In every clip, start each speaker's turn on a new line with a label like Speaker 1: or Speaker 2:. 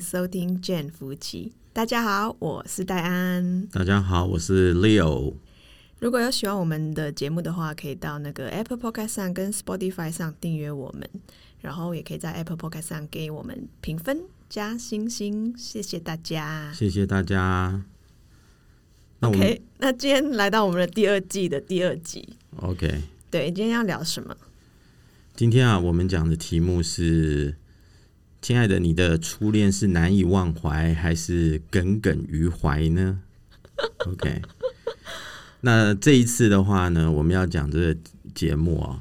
Speaker 1: 收听《卷福集》。大家好，我是戴安。
Speaker 2: 大家好，我是 Leo。
Speaker 1: 如果有喜欢我们的节目的话，可以到那个 Apple Podcast 上跟 Spotify 上订阅我们，然后也可以在 Apple Podcast 上给我们评分加星星，谢谢大家。
Speaker 2: 谢谢大家。那我们
Speaker 1: OK，那今天来到我们的第二季的第二集，
Speaker 2: OK，
Speaker 1: 对，今天要聊什么？
Speaker 2: 今天啊，我们讲的题目是：亲爱的，你的初恋是难以忘怀，还是耿耿于怀呢？OK，那这一次的话呢，我们要讲这个节目啊、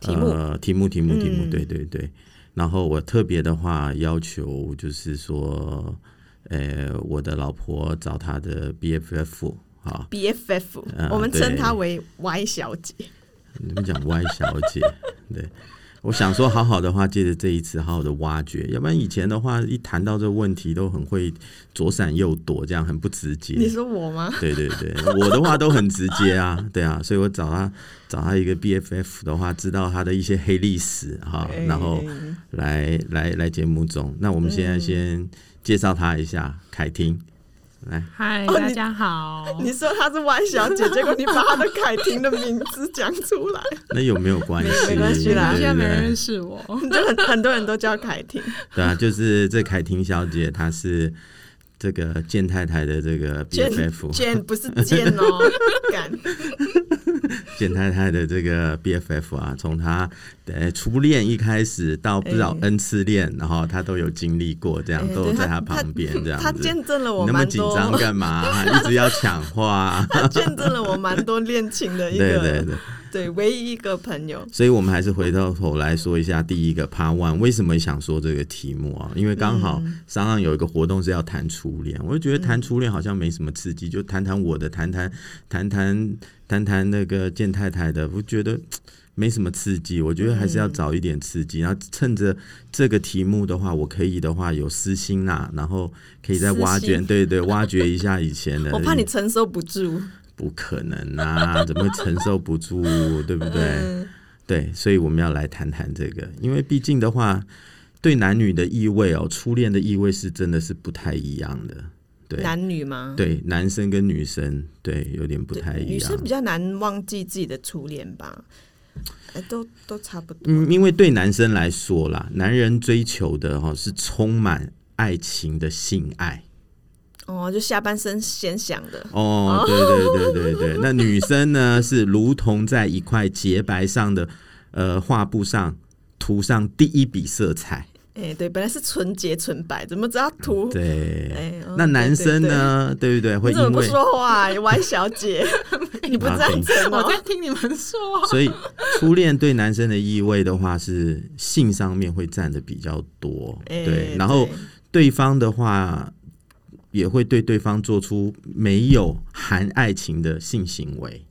Speaker 1: 题目
Speaker 2: 呃，题目，题目，题目，
Speaker 1: 嗯
Speaker 2: 对对对。然后我特别的话要求就是说，呃，我的老婆找她的 BFF 啊，
Speaker 1: BFF，、
Speaker 2: 啊
Speaker 1: 我们称
Speaker 2: 对
Speaker 1: 她为 Y 小姐。
Speaker 2: 你们讲 Y 小姐， 对，我想说好好的话，借着这一次好好的挖掘，要不然以前的话，一谈到这个问题都很会左闪右躲，这样很不直
Speaker 1: 你
Speaker 2: 接。
Speaker 1: 说我吗？
Speaker 2: 对对对，我的话都很直接啊， 对啊，所以我找他找他一个 BFF 的话，知道他的一些黑历史哈，然后
Speaker 1: 哎
Speaker 2: 来来来节目中。那我们现在先介绍他一下，凯婷，来，
Speaker 3: 嗨，
Speaker 1: 哦
Speaker 3: 大
Speaker 1: 你
Speaker 3: 家好。
Speaker 2: 嗯
Speaker 1: 你说她是 Y 小 姐，结果你把她的凯婷的名字讲出来，
Speaker 2: 那有没有关 系？
Speaker 1: 没关系啦
Speaker 2: 对
Speaker 3: 现在
Speaker 2: 不
Speaker 3: 没
Speaker 2: 对
Speaker 3: 人认识我，
Speaker 1: 就很很多人都叫凯 婷。
Speaker 2: 对啊，就是这凯婷小姐，她是这个健太太的这个
Speaker 1: 贱
Speaker 2: BFF，
Speaker 1: 贱不是贱 哦，敢
Speaker 2: 健啊太太的这个 BFF 啊，从她呃初恋一开始到不知道
Speaker 1: 哎
Speaker 2: N 次恋，然后她都有经历过，这样
Speaker 1: 哎对
Speaker 2: 都有在
Speaker 1: 她
Speaker 2: 她旁边这样
Speaker 1: 他
Speaker 2: 子。
Speaker 1: 见证了我
Speaker 2: 你那么
Speaker 1: 蛮
Speaker 2: 紧
Speaker 1: 多，
Speaker 2: 张干嘛、 一直要抢话、啊
Speaker 1: 他 见证了我蛮多恋情的一
Speaker 2: 对
Speaker 1: 个
Speaker 2: 对对，
Speaker 1: 对唯一一个朋友。
Speaker 2: 所以我们还是回到头来说一下第一个 Part One，为什么想说这个题目啊？因为刚好
Speaker 1: 嗯
Speaker 2: 商岸有一个活动是要谈初恋，我就觉得谈初恋好像没什么刺激，就谈谈我的，谈谈谈谈谈谈那个健太太的，我觉得。嘖没什么刺激，我觉得还是要找一点刺
Speaker 1: 嗯
Speaker 2: 激。然后趁着这个题目的话，我可以的话有私心啦、然后可以再挖
Speaker 1: 私
Speaker 2: 掘，
Speaker 1: 心
Speaker 2: 对对，挖掘一下以前 的。
Speaker 1: 我怕你承受不住，
Speaker 2: 不可能啊，怎么会承受不住，对不对？
Speaker 1: 嗯
Speaker 2: 对，所以我们要来谈谈这个，因为毕竟的话，对男女的意味哦，初恋的意味是真的是不太一样的。对，
Speaker 1: 男女吗？
Speaker 2: 对，男生跟女生，对，有点不太一
Speaker 1: 女生
Speaker 2: 样
Speaker 1: 比。较难忘记自己的初恋吧，哎，都都差不多。
Speaker 2: 嗯，因为对男生来说啦，男人追求的哈、哦、是充满爱情的性爱。
Speaker 1: 哦，就下半身先想的，
Speaker 2: 哦，对对对对对，那女生呢是如同在一块洁白上的呃画布上涂上第一笔色彩。
Speaker 1: 哎，对，本来是纯洁纯白，怎么只要涂？
Speaker 2: 对，
Speaker 1: 哎，哦
Speaker 2: 那男生？呢，对
Speaker 1: 对
Speaker 2: 不对？
Speaker 1: 对对
Speaker 2: 会
Speaker 1: 你怎么
Speaker 2: 因
Speaker 1: 不
Speaker 2: 为
Speaker 1: 说话、啊？歪小 姐，你不赞成
Speaker 3: 我
Speaker 1: 哦？
Speaker 3: 在听你们 说。
Speaker 2: 所以初恋对男生的意味的话，是性上面会占的比较多，
Speaker 1: 哎
Speaker 2: 对。然后对方的话，也会对对方做出没有含爱情的性行为，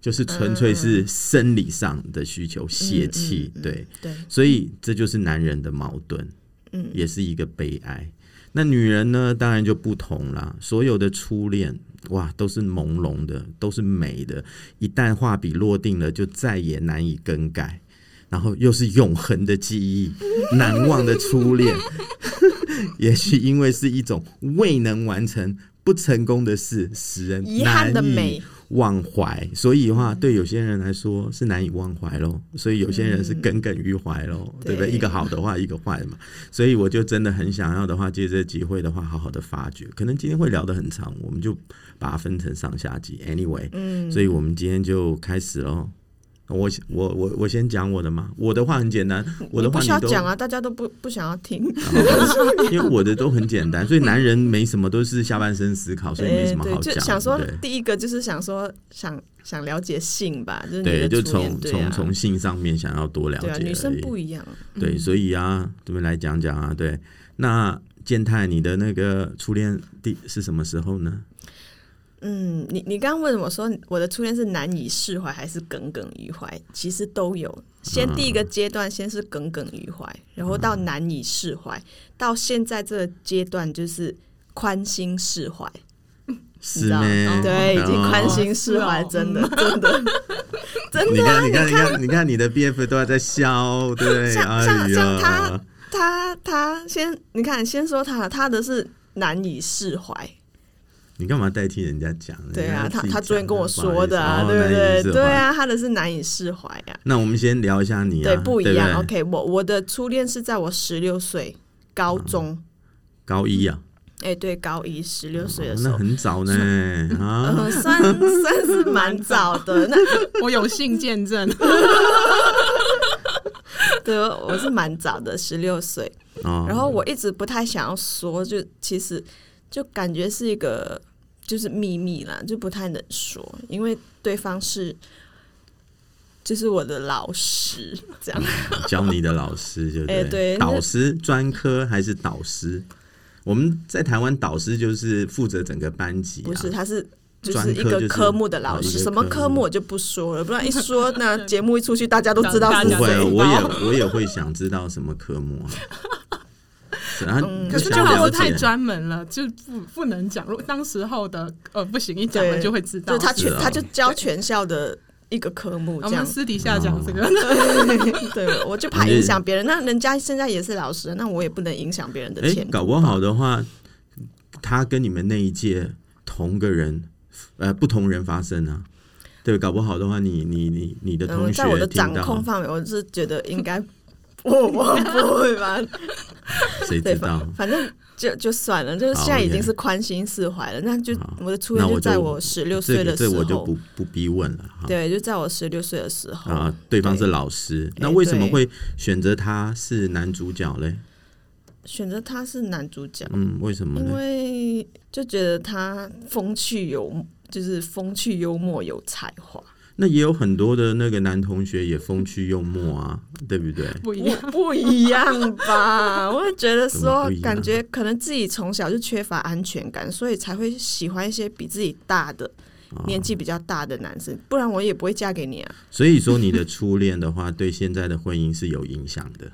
Speaker 2: 就是纯粹是生理上的需求，血气，
Speaker 1: 嗯嗯嗯嗯
Speaker 2: 对。
Speaker 1: 对，
Speaker 2: 所以这就是男人的矛盾，
Speaker 1: 嗯
Speaker 2: 也是一个悲哀。那女人呢，当然就不同啦。所有的初恋，哇，都是朦胧的，都是美的。一旦画笔落定了，就再也难以更改。然后又是永恒的 记忆，难忘的初恋。 也许因为是一种未能完成、不成功的事，使人
Speaker 1: 遗憾的
Speaker 2: 难以
Speaker 1: 美
Speaker 2: 忘怀，所以的话，对有些人来说是难以忘怀喽，所以有些人是耿耿于怀喽，对不对？
Speaker 1: 嗯对
Speaker 2: 一个好的话，一个坏的嘛，所以我就真的很想要的话，借这机会的话，好好的发掘。可能今天会聊得很长，我们就把它分成上下集。Anyway，
Speaker 1: 嗯，
Speaker 2: 所以我们今天就开始喽。我我我我先讲我的嘛，我的话很简单，我的
Speaker 1: 你
Speaker 2: 话
Speaker 1: 不需要
Speaker 2: 都
Speaker 1: 讲啊，大家都不不想要听。
Speaker 2: 因为我的都很简单，所以男人没什么，都是下半身思 考，所以没什么
Speaker 1: 哎对，
Speaker 2: 好
Speaker 1: 就
Speaker 2: 讲。
Speaker 1: 想说
Speaker 2: 对
Speaker 1: 第一个就是想说想想了解性吧，就是你
Speaker 2: 对，
Speaker 1: 的
Speaker 2: 就
Speaker 1: 初恋
Speaker 2: 从
Speaker 1: 对
Speaker 2: 从
Speaker 1: 啊
Speaker 2: 从性上面想要多了解
Speaker 1: 对啊，
Speaker 2: 而已。
Speaker 1: 女生不一嗯样，
Speaker 2: 对，所以啊，这边来讲讲啊，对，那健太，你的那个初恋第是什么时候呢？
Speaker 1: 嗯，你你刚刚问我说我的初恋是难以释怀还是耿耿于怀，其实都有。先第一个阶段，先是耿耿于怀，
Speaker 2: 嗯
Speaker 1: 然后到难以释怀，到现在这个阶段就是宽心释怀。
Speaker 2: 是呢，
Speaker 1: 对，已经宽
Speaker 2: 嗯哦嗯
Speaker 1: 心释怀，
Speaker 3: 哦
Speaker 1: 真的，真的，真
Speaker 2: 你
Speaker 1: 的啊！你
Speaker 2: 看，你看，你看，你看，你的 BF 都在笑，对，
Speaker 1: 像像
Speaker 2: 哎
Speaker 1: 像
Speaker 2: 呀
Speaker 1: 他，他他先，你看，先说他他的是难以释怀，
Speaker 2: 你干嘛代替人家讲？
Speaker 1: 对
Speaker 2: 人
Speaker 1: 啊，他
Speaker 2: 家自己
Speaker 1: 他
Speaker 2: 讲
Speaker 1: 昨天跟我说的啊，
Speaker 2: 不好意
Speaker 1: 对
Speaker 2: 思
Speaker 1: 不
Speaker 2: 哦难
Speaker 1: 对？
Speaker 2: 以释
Speaker 1: 对
Speaker 2: 怀
Speaker 1: 啊，他的是难以释怀呀、
Speaker 2: 那我们先聊一下你啊，
Speaker 1: 对，不一样。
Speaker 2: 对
Speaker 1: OK，我我的初恋是在我十六岁高中，
Speaker 2: 高一啊，哦
Speaker 1: 哎、对，高一十六岁的时
Speaker 2: 那
Speaker 1: 候，
Speaker 2: 很早呢 啊，
Speaker 1: 呃，算算是蛮早的。那
Speaker 3: 我有幸见证，
Speaker 1: 对，我是蛮早的，十六岁。
Speaker 2: 哦
Speaker 1: 然后我一直不太想要说，就其实就感觉是一个就是秘密啦，就不太能说，因为对方是就是我的老师这
Speaker 2: 哎
Speaker 1: 样。
Speaker 2: 教你的老师， 对不对？
Speaker 1: 哎对那
Speaker 2: 导师专科还是导师？我们在台湾导师就是负责整个班级、啊，
Speaker 1: 不是，他是就
Speaker 2: 专
Speaker 1: 是
Speaker 2: 科
Speaker 1: 一
Speaker 2: 就
Speaker 1: 个
Speaker 2: 是
Speaker 1: 科目的老
Speaker 2: 哦一
Speaker 1: 师，
Speaker 2: 个
Speaker 1: 什么
Speaker 2: 科
Speaker 1: 科
Speaker 2: 目
Speaker 1: 目我就不说了，不然一说呢，节目一出去，大家都知道
Speaker 3: 大
Speaker 1: 是
Speaker 3: 家
Speaker 2: 不会，
Speaker 3: 讲
Speaker 1: 谁。
Speaker 3: 这一
Speaker 2: 我
Speaker 3: 包
Speaker 2: 也我也会想知道什么科目 啊。然后、
Speaker 1: 嗯
Speaker 3: 可是
Speaker 2: 想
Speaker 3: 那老
Speaker 2: 了
Speaker 3: 师
Speaker 2: 解
Speaker 3: 太专门了，就不不能讲。如果当时候的呃，不行，一讲了
Speaker 1: 对
Speaker 3: 就会知道。
Speaker 1: 就他
Speaker 2: 是
Speaker 1: 全
Speaker 2: 啊
Speaker 1: 他就教全校的一个科目
Speaker 3: 我
Speaker 1: 这
Speaker 3: 们
Speaker 1: 样。哦
Speaker 3: 私底下讲这个，
Speaker 1: 对， 对我就怕
Speaker 2: 你是
Speaker 1: 影响别人。那人家现在也是老师，那我也不能影响别人的
Speaker 2: 哎、
Speaker 1: 前途。
Speaker 2: 搞不好的话，他跟你们那一届同个人，呃，不同人发生啊。对，搞不好的话，你你你你的同
Speaker 1: 嗯，
Speaker 2: 学
Speaker 1: 在我的掌
Speaker 2: 听到
Speaker 1: 控，范围，我是觉得应该我我不会 吧？
Speaker 2: 谁
Speaker 1: 对，
Speaker 2: 知道
Speaker 1: 反？反正就就算了，就是
Speaker 2: 好
Speaker 1: 现在已
Speaker 2: 哦 OK
Speaker 1: 经是宽心释怀了。那就
Speaker 2: 好
Speaker 1: 我的初
Speaker 2: 那
Speaker 1: 恋
Speaker 2: 我
Speaker 1: 就在
Speaker 2: 就
Speaker 1: 我十六岁
Speaker 2: 这
Speaker 1: 的
Speaker 2: 个
Speaker 1: 时
Speaker 2: 这
Speaker 1: 候，
Speaker 2: 我就不不逼问了哈。
Speaker 1: 对，就在我十六岁的时候，
Speaker 2: 啊，对方是老师，那
Speaker 1: 哎
Speaker 2: 为什么
Speaker 1: 哦对
Speaker 2: 会选择他是男主角嘞？
Speaker 1: 选择他是男主角，
Speaker 2: 嗯，为什么
Speaker 1: 因
Speaker 2: 呢？
Speaker 1: 为就觉得他风趣有，就是风趣幽默有才华。
Speaker 2: 那也有很多的那个男同学也风趣幽默啊，对不对？
Speaker 3: 不一
Speaker 1: 不
Speaker 3: 样。
Speaker 1: 不一样吧？我会觉得
Speaker 2: 怎么
Speaker 1: 说
Speaker 2: 不一，样
Speaker 1: 感觉可能自己从小就缺乏安全感，所以才会喜欢一些比自己大的、
Speaker 2: 哦
Speaker 1: 年纪比较大的男生，不然我也不会嫁给你啊。
Speaker 2: 所以说你的初恋的话，对现在的婚姻是有影响的，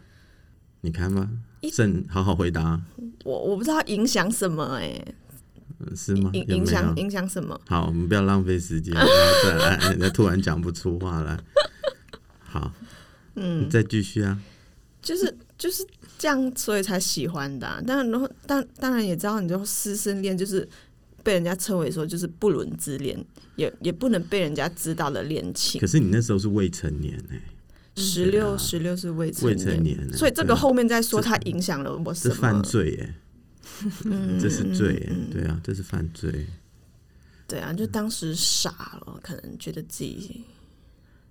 Speaker 2: 你看吧，正好好回答
Speaker 1: 我我不知道影响什么哎、
Speaker 2: 呃是吗？
Speaker 1: 影
Speaker 2: 有
Speaker 1: 影
Speaker 2: 没
Speaker 1: 响
Speaker 2: 有？
Speaker 1: 影响什么？
Speaker 2: 好，我们不要浪费时间，然后再来， 人家突然讲不出话来。好，嗯，再继续啊。
Speaker 1: 就是就是这样，所以才喜欢的、啊。但然后当当然也知道，你就师生恋就是被人家称为说就是不伦之恋，也也不能被人家知道的恋情
Speaker 2: 可。是你那时候是未成年哎、
Speaker 1: 十六十六是未成
Speaker 2: 未成年欸
Speaker 1: 所以这
Speaker 2: 对
Speaker 1: 个
Speaker 2: 啊
Speaker 1: 后面再说，它影响了我什
Speaker 2: 这
Speaker 1: 么？嗯
Speaker 2: 犯罪哎、这是罪哎、对啊，这是犯罪。
Speaker 1: 对啊，就当时傻了，可能觉得自己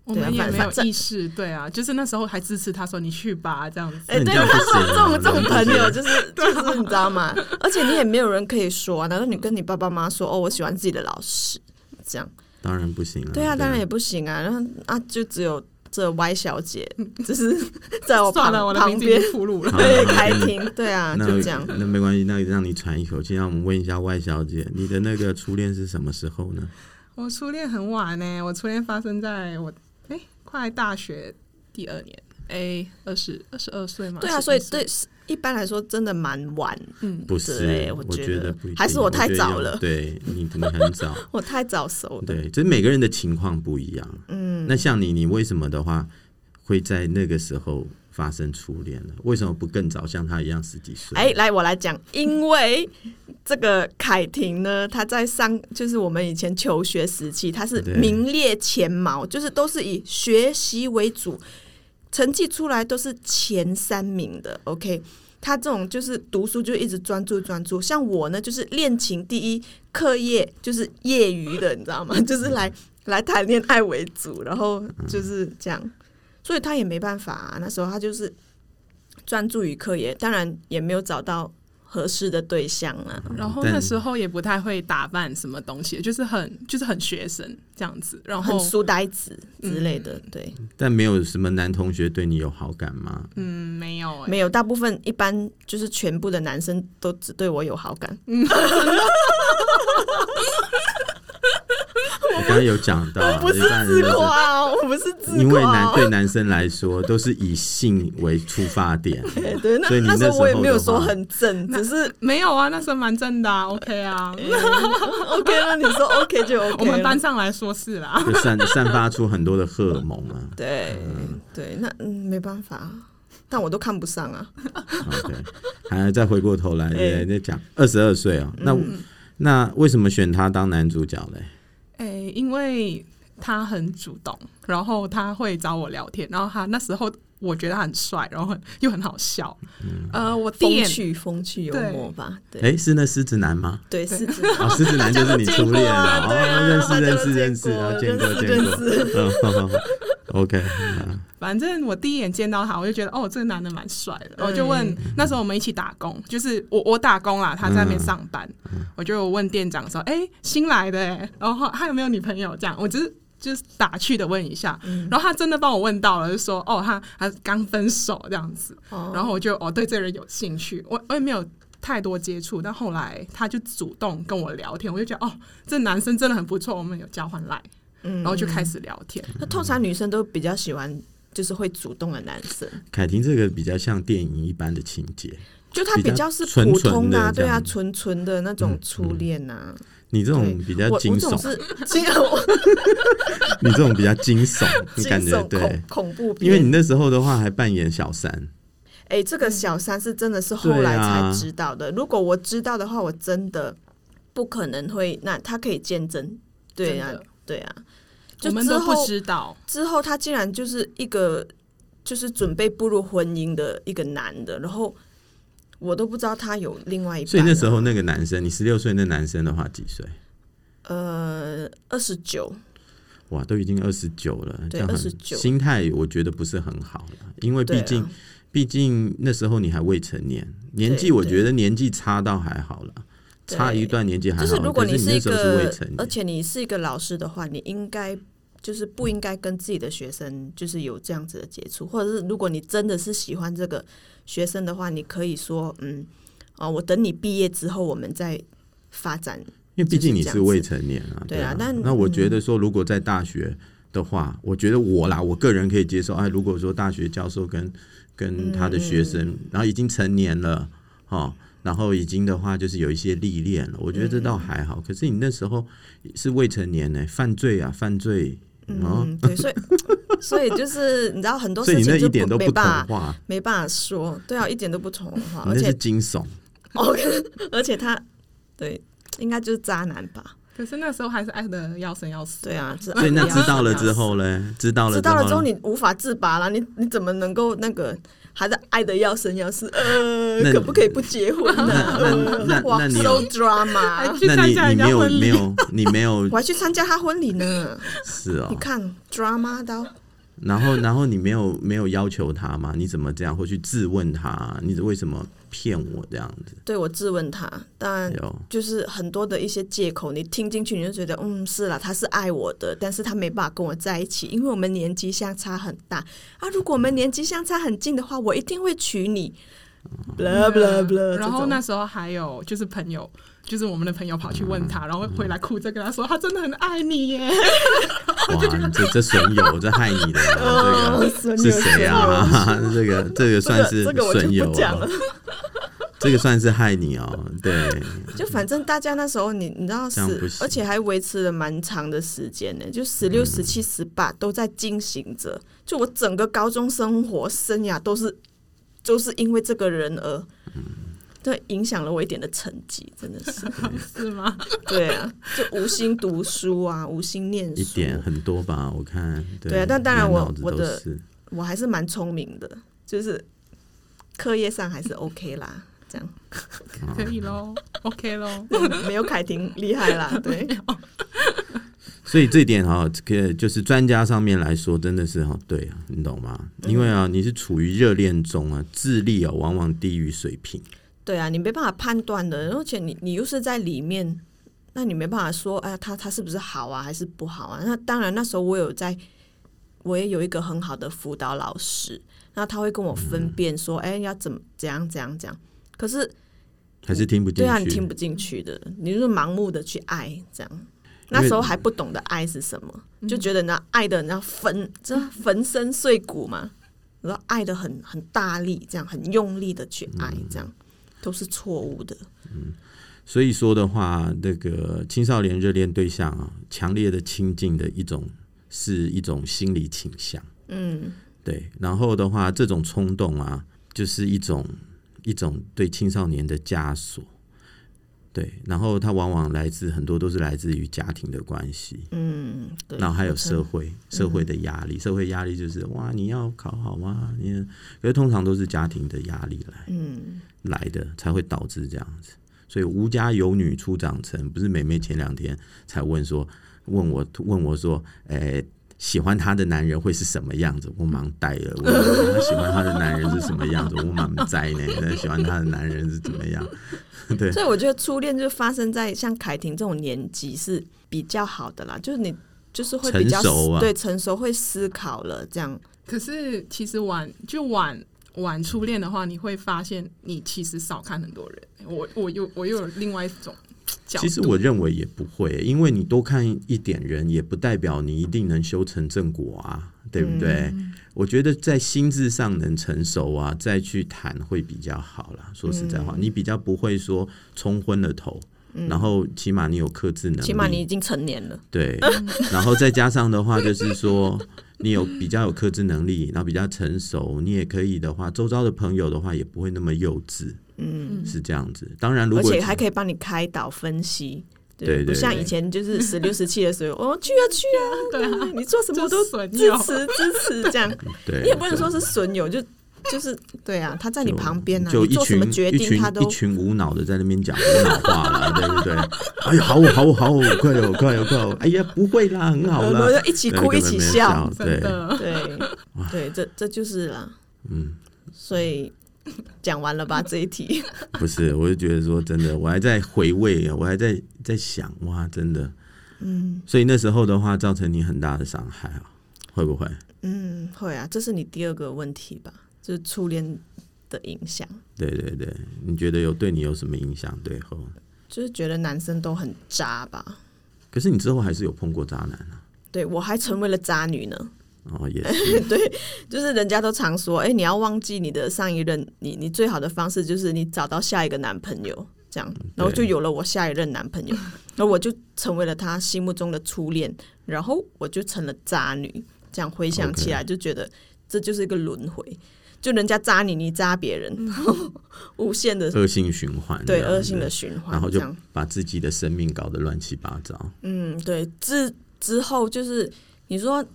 Speaker 3: 我们也
Speaker 1: 反
Speaker 3: 没有
Speaker 1: 反正
Speaker 3: 意识，对啊，就是那时候还支持他说你去吧这样子。
Speaker 1: 哎、
Speaker 2: 那你
Speaker 1: 对
Speaker 2: 这样不行啊
Speaker 1: 这种这种
Speaker 2: 你
Speaker 1: 朋
Speaker 2: 这样不
Speaker 1: 友
Speaker 2: 行
Speaker 1: 就是就是你知道吗？而且你也没有人可以说、啊，难道你跟你爸爸妈妈说哦，我喜欢自己的老师这样？
Speaker 2: 当然不行了。
Speaker 1: 对啊，当然也不行啊。然后啊，就只有这 Y 小姐，就是在啊我
Speaker 3: 算
Speaker 1: 旁
Speaker 3: 了，我的
Speaker 1: 旁
Speaker 3: 名字已
Speaker 1: 边
Speaker 3: 经铺路 了。
Speaker 2: 好
Speaker 1: 对
Speaker 2: 那
Speaker 1: 开庭，对啊，
Speaker 2: 那
Speaker 1: 就这样。
Speaker 2: 那没关系，那让你喘一口气。让我们问一下外小姐，你的那个初恋是什么时候呢？
Speaker 3: 我初恋很晚呢、我初恋发生在我哎、快大学第二年，哎二十二十二岁嘛。
Speaker 1: 对啊，
Speaker 3: 21
Speaker 1: 所以
Speaker 3: 岁
Speaker 1: 对一般来说真的蛮晚
Speaker 3: 嗯，
Speaker 2: 不是
Speaker 1: 对，我
Speaker 2: 我
Speaker 1: 觉
Speaker 2: 得
Speaker 1: 得
Speaker 2: 不一定
Speaker 1: 还是我太
Speaker 2: 觉得
Speaker 1: 早
Speaker 2: 要
Speaker 1: 了
Speaker 2: 对你，你 很早。
Speaker 1: 我太早熟了。
Speaker 2: 对，就是每个人的情况不一样。嗯，那像你，你为什么的话会在那个时候发生初恋呢？为什么不更早像他一样十几岁？
Speaker 1: 哎、来我来讲，因为这个凯婷呢，她在上就是我们以前求学时期，她是
Speaker 2: 对
Speaker 1: 名列前茅，就是都是以学习为主，成绩出来都是前三名的。OK，她这种就是读书就一直专注专注，像我呢就是恋情第一，课业就是业余的，你知道吗？ 就是来来谈恋爱为主，然后就是这样，所以她也没办法、啊，那时候她就是专注于科研，当然也没有找到合适的对象啊。
Speaker 3: 然后
Speaker 2: 但
Speaker 3: 那时候也不太会打扮什么东西，就是很就是很学生这样子，然后
Speaker 1: 哦很书呆子之类的，对，
Speaker 2: 但没有什么男同学对你有好感吗？
Speaker 3: 嗯没
Speaker 2: 哦
Speaker 3: 有哎、
Speaker 1: 没有，大部分一般就是全部的男生都只对我有好感，
Speaker 2: 我刚刚有讲到啊，
Speaker 1: 不是
Speaker 2: 一般人
Speaker 1: 自
Speaker 2: 都是
Speaker 1: 夸 哦，我不是自夸哦，
Speaker 2: 因为男对男生来说都是以性为出发点，
Speaker 1: 对对，那
Speaker 2: 所以你
Speaker 1: 那时
Speaker 2: 时
Speaker 1: 候我也没有
Speaker 2: 的话
Speaker 1: 说很正，只 是
Speaker 3: 没有啊，那时候蛮正的、啊、，OK 啊，
Speaker 1: OK 那你说 OK 就呃 OK 了。
Speaker 3: 我们班上来说是啦，
Speaker 2: 就散散发出很多的荷尔蒙啊。
Speaker 1: 嗯对对，那嗯没办法，但我都看不上啊。
Speaker 2: OK，还再回过头来
Speaker 1: 哎
Speaker 2: 再再讲二十二岁哦，那
Speaker 1: 嗯
Speaker 2: 那为什么选他当男主角嘞？
Speaker 3: 哎、因为他很主动，然后他会找我聊天，然后他那时候我觉得他很帅，然后又很好笑。呃，我第一
Speaker 1: 风
Speaker 3: 眼
Speaker 1: 趣风趣幽默吧，对
Speaker 2: 哎，是那狮子男吗？
Speaker 1: 对
Speaker 3: 对
Speaker 1: 是这
Speaker 2: 哦，狮子男就是你初恋
Speaker 1: 大家
Speaker 2: 了，
Speaker 1: 都见过啊
Speaker 2: 哦，认识
Speaker 1: 对啊
Speaker 2: 认识认识，
Speaker 1: 大
Speaker 2: 啊，
Speaker 1: 家都见
Speaker 2: 见
Speaker 1: 过
Speaker 2: 过见过
Speaker 1: 认识
Speaker 2: 嗯好好好，OK，嗯
Speaker 3: 反正我第一眼见到他，我就觉得哦，这个男的蛮帅的。
Speaker 1: 嗯
Speaker 3: 我就问、那时候我们一起打工，就是我我打工啦，他在那边上班，
Speaker 1: 嗯
Speaker 3: 我就有问店长说，哎、新来的哎、然后他有没有女朋友？这样，我只是。就是打趣的问一下，
Speaker 1: 嗯
Speaker 3: 然后他真的帮我问到了，就说哦，他他刚分手这样子，
Speaker 1: 哦
Speaker 3: 然后我就哦对这个人有兴趣，我我也没有太多接触，但后来他就主动跟我聊天，我就觉得哦，这男生真的很不错，我们有交换赖，
Speaker 1: 嗯
Speaker 3: 然后就开始聊天，
Speaker 1: 那通常女生都比较喜欢就是会主动的男生，
Speaker 2: 凯婷这个比较像电影一般的情节，
Speaker 1: 就他
Speaker 2: 比较
Speaker 1: 比较是
Speaker 2: 纯
Speaker 1: 普
Speaker 2: 纯
Speaker 1: 通
Speaker 2: 的
Speaker 1: 啊，
Speaker 2: 这
Speaker 1: 对啊，
Speaker 2: 样
Speaker 1: 纯纯的那种初恋呐。
Speaker 2: 你这种
Speaker 1: 对
Speaker 2: 比较
Speaker 1: 我我
Speaker 2: 惊
Speaker 1: 总
Speaker 2: 悚，
Speaker 1: 是 惊我
Speaker 2: 你这种比较惊悚， 你
Speaker 1: 惊
Speaker 2: 感觉
Speaker 1: 悚恐
Speaker 2: 对，
Speaker 1: 恐怖片，
Speaker 2: 因为你那时候的话还扮演小三，
Speaker 1: 哎、这个小三是真的是后来才知道的。如果我知道的话，我真的不可能会。那他可以见证，对啊
Speaker 3: 真的，
Speaker 1: 对啊。就
Speaker 3: 我们
Speaker 1: 之
Speaker 3: 都不
Speaker 1: 后
Speaker 3: 知道，
Speaker 1: 之后，他竟然就是一个就是准备步入婚姻的一个男的，然后我都不知道他有另外一半啊。
Speaker 2: 所以那时候那个男生，你十六岁那男生的话几岁？
Speaker 1: 呃二十九，
Speaker 2: 哇，都已经二十九了，这
Speaker 1: 对
Speaker 2: 样很
Speaker 1: 29
Speaker 2: 心态我觉得不是很好了，因为
Speaker 1: 对
Speaker 2: 毕
Speaker 1: 啊
Speaker 2: 竟、毕竟那时候你还未成年，年纪
Speaker 1: 对
Speaker 2: 我觉得年纪差倒还好了，
Speaker 1: 对
Speaker 2: 差一段年纪还啊好，
Speaker 1: 就是如果
Speaker 2: 可是
Speaker 1: 是
Speaker 2: 那
Speaker 1: 一
Speaker 2: 时候是未
Speaker 1: 个
Speaker 2: 成，
Speaker 1: 而
Speaker 2: 年，
Speaker 1: 且你是一个老师的话，你应该就是不应该跟自己的学生就是有这样子的接触，或者是如果你真的是喜欢这个学生的话，你可以说嗯，哦，我等你毕业之后，我们再发展。
Speaker 2: 因为毕竟你
Speaker 1: 就是
Speaker 2: 是
Speaker 1: 这样子
Speaker 2: 未成年啊，
Speaker 1: 对啊
Speaker 2: 啊，
Speaker 1: 但
Speaker 2: 那我觉得说，如果在大学的话，我觉得我啦，我个人可以接受，哎，如果说大学教授跟
Speaker 1: 嗯
Speaker 2: 跟他的学生，然后已经成年了，哦。然后已经的话，就是有一些历练了，我觉得这
Speaker 1: 嗯
Speaker 2: 倒还好。可是你那时候是未成年呢、犯罪啊，犯罪，哦
Speaker 1: 嗯，对，所以所以就是你知道很多
Speaker 2: 所以
Speaker 1: 事
Speaker 2: 你那
Speaker 1: 情
Speaker 2: 一
Speaker 1: 就
Speaker 2: 点都
Speaker 1: 没
Speaker 2: 不童
Speaker 1: 办法
Speaker 2: 话，
Speaker 1: 没办法说，对啊，一点都不童话，
Speaker 2: 你
Speaker 1: 而
Speaker 2: 那是
Speaker 1: 且
Speaker 2: 惊悚。
Speaker 1: 哦，而且他对应该就是渣男吧？
Speaker 3: 可是那时候还是爱的要生要死。
Speaker 1: 对啊，是
Speaker 2: 所以那
Speaker 1: 哎呀
Speaker 2: 知道了之后嘞，知道了
Speaker 1: 知道了之后
Speaker 2: 嘞，
Speaker 1: 你无法自拔了，你你怎么能够那个还在爱的要生要死？呃
Speaker 2: 那，
Speaker 1: 可不可以不结婚呢、
Speaker 2: 那那那
Speaker 1: 呃哇
Speaker 2: 那你
Speaker 1: ，so
Speaker 2: 有
Speaker 1: drama！
Speaker 3: 去
Speaker 2: 那
Speaker 3: 参
Speaker 2: 你
Speaker 3: 加
Speaker 2: 你
Speaker 3: 人家
Speaker 2: 没有
Speaker 3: 婚
Speaker 2: 没
Speaker 3: 礼，
Speaker 2: 有你没 有
Speaker 1: 我还去参加他婚礼呢，
Speaker 2: 是
Speaker 1: 你
Speaker 2: 哦，
Speaker 1: 看 drama 到
Speaker 2: 然后然后你没有没有要求他吗？你怎么这样，或去质问他？你为什么骗我这样子？哎
Speaker 1: 对我质问他，当然
Speaker 2: 有
Speaker 1: 就是很多的一些借口，你听进去你就觉得嗯是啦，他是爱我的，但是他没办法跟我在一起，因为我们年纪相差很大啊。如果我们年纪相差很近的话，我一定会娶你。blah
Speaker 2: 嗯
Speaker 1: blah blah，
Speaker 3: 啊然
Speaker 1: 这
Speaker 3: 后
Speaker 1: 种
Speaker 3: 那时候还有就是朋友，就是我们的朋友跑去问他，然后回来哭着跟他说，他真的很爱你耶。
Speaker 2: 哇，你这这损友，这害你的啊，
Speaker 1: 哦
Speaker 2: 这个
Speaker 1: 损
Speaker 2: 是
Speaker 1: 友
Speaker 2: 谁啊？ 这个这个算是
Speaker 1: 这个我就
Speaker 2: 损友
Speaker 1: 不讲
Speaker 2: 哦
Speaker 1: 了，
Speaker 2: 这个算是害你哦，对，
Speaker 1: 就反正大家那时候你你知道
Speaker 2: 这样不
Speaker 1: 十，
Speaker 2: 行嗯
Speaker 1: 而且还维持了蛮长的时间呢，就十六、十七、十八都在进行着。就我整个高中生活生涯都是，就是因为这个人而，
Speaker 2: 嗯
Speaker 1: 对影响了我一点的成绩，真的是。
Speaker 3: 是吗？
Speaker 1: 对啊，就无心读书啊，无心念
Speaker 2: 一
Speaker 1: 书。
Speaker 2: 点很多吧，我看对
Speaker 1: 对啊但当然
Speaker 2: 满
Speaker 1: 我
Speaker 2: 脑子
Speaker 1: 我
Speaker 2: 都
Speaker 1: 的
Speaker 2: 是
Speaker 1: 我还是蛮聪明的，就是课业上还是 OK 啦， 这样
Speaker 2: 哦
Speaker 3: 可以喽，OK 喽。
Speaker 1: 对没有凯婷厉害啦。对，
Speaker 2: 所以这点哈、这个就是专家上面来说，真的是哈、对啊，你懂吗？
Speaker 1: 嗯
Speaker 2: 因为啊，你是处于热恋中啊，智力啊往往低于水平。
Speaker 1: 对啊，你没办法判断的，而且你你又是在里面，那你没办法说，哎呀，他他是不是好啊，还是不好啊？那当然，那时候我有在，我也有一个很好的辅导老师，那他会跟我分辨说，哎，要怎么怎样怎样怎样。可是，
Speaker 2: 还是听不进
Speaker 1: 对啊，你
Speaker 2: 去，
Speaker 1: 听不进去的，你就是盲目的去爱这样。
Speaker 2: 因为嗯
Speaker 1: 那时候还不懂得爱是什么，就觉得那爱的那粉，这粉身碎骨嘛，然后爱的很很大力，这样很用力的去爱，这样
Speaker 2: 嗯
Speaker 1: 都是错误的。
Speaker 2: 所以说的话，那个青少年热恋对象啊，强烈的亲近的一种是一种心理倾向。
Speaker 1: 嗯，
Speaker 2: 对，然后的话，这种冲动啊，就是一种一种对青少年的枷锁。对，然后它往往来自很多都是来自于家庭的关系，
Speaker 1: 嗯，对，
Speaker 2: 然后还有
Speaker 1: 真嗯的
Speaker 2: 社会社会的压力，社会压力就是哇，你要考好啊，你可是通常都是家庭的压力来
Speaker 1: 嗯，
Speaker 2: 来的，才会导致这样子。所以吴家有女初长成，不是妹妹前两天才问说，问我问我说，诶、喜欢她的男人会是什么样子？我忙呆了，我 以为她喜欢她的男人是什么样子？我忙呆呢，那喜欢她的男人是怎么样？对
Speaker 1: 所以我觉得初恋就发生在像凯婷这种年纪是比较好的啦，就是你就是会比较
Speaker 2: 成熟啊
Speaker 1: 对成熟会思考了这样，
Speaker 3: 可是其实晚就晚晚初恋的话，你会发现你其实少看很多人。我我又我又有另外一种角
Speaker 2: 其
Speaker 3: 度。
Speaker 2: 实我认为也不会，因为你多看一点人，也不代表你一定能修成正果啊，对不对？
Speaker 1: 嗯
Speaker 2: 我觉得在心智上能成熟啊，再去谈会比较好啦。说实在话，
Speaker 1: 嗯
Speaker 2: 你比较不会说冲昏了头，然后起码你有克制能力，
Speaker 1: 起码你已经成年了，
Speaker 2: 对，然后再加上的话，就是说 你有比较有克制能力，然后比较成熟，你也可以的话，周遭的朋友的话也不会那么幼稚，嗯，是这样子。当然，如
Speaker 1: 而
Speaker 2: 果
Speaker 1: 且还可以帮你开导分析。
Speaker 2: 对对
Speaker 1: 不
Speaker 2: 对
Speaker 1: 像以前就是十 六十七的时候，哦，去啊去 啊，
Speaker 3: 对啊，
Speaker 1: 你做什么都
Speaker 3: 就损
Speaker 1: 支
Speaker 3: 友
Speaker 1: 持支持这样，
Speaker 2: 对，
Speaker 1: 你也不能说是损友，就就是对啊，他在你
Speaker 2: 就
Speaker 1: 旁边啊，
Speaker 2: 就
Speaker 1: 你
Speaker 2: 一
Speaker 1: 做什
Speaker 2: 群
Speaker 1: 么决
Speaker 2: 一
Speaker 1: 定
Speaker 2: 群
Speaker 1: 他都
Speaker 2: 一群无脑的在那边讲无脑话了，对不对？哎呀，好我好我好我，快了快了快了！哎呀，不会啦，很好
Speaker 1: 我们
Speaker 2: 啦，
Speaker 1: 呃就一起
Speaker 2: 对
Speaker 1: 哭
Speaker 2: 根
Speaker 1: 一
Speaker 2: 本
Speaker 1: 起
Speaker 2: 没
Speaker 1: 笑，
Speaker 2: 对
Speaker 3: 真，的
Speaker 1: 对 对，这这就是啦，
Speaker 2: 嗯，
Speaker 1: 所以讲完了 吧这一题，
Speaker 2: 不是，我就觉得说真的，我还在回味，我还在在想，哇，真的，嗯，所以那时候的话，造成你很大的伤害啊，会不会？
Speaker 1: 嗯，会啊，这是你第二个问题吧，就是初恋的影响，
Speaker 2: 对对对，你觉得有对你有什么影响？对后，
Speaker 1: 就是觉得男生都很渣吧，
Speaker 2: 可是你之后还是有碰过渣男啊，
Speaker 1: 对我还成为了渣女呢。
Speaker 2: 哦，也是，
Speaker 1: 就是人家都常说，哎、你要忘记你的上一任，你你最好的方式就是你找到下一个男朋友，这样，
Speaker 2: 嗯
Speaker 1: 然后就有了我下一任男朋友，然后我就成为了他心目中的初恋，然后我就成了渣女。这样回想起来，就觉得这就是一个轮回，就人家渣你，你渣别人，
Speaker 2: 嗯
Speaker 1: 无限的
Speaker 2: 恶性循环，
Speaker 1: 对
Speaker 2: 这样
Speaker 1: 恶性
Speaker 2: 子
Speaker 1: 的循环，
Speaker 2: 然后
Speaker 1: 这
Speaker 2: 就
Speaker 1: 样。
Speaker 2: 把自己的生命搞得乱七八糟。
Speaker 1: 嗯，对，之之后就是你说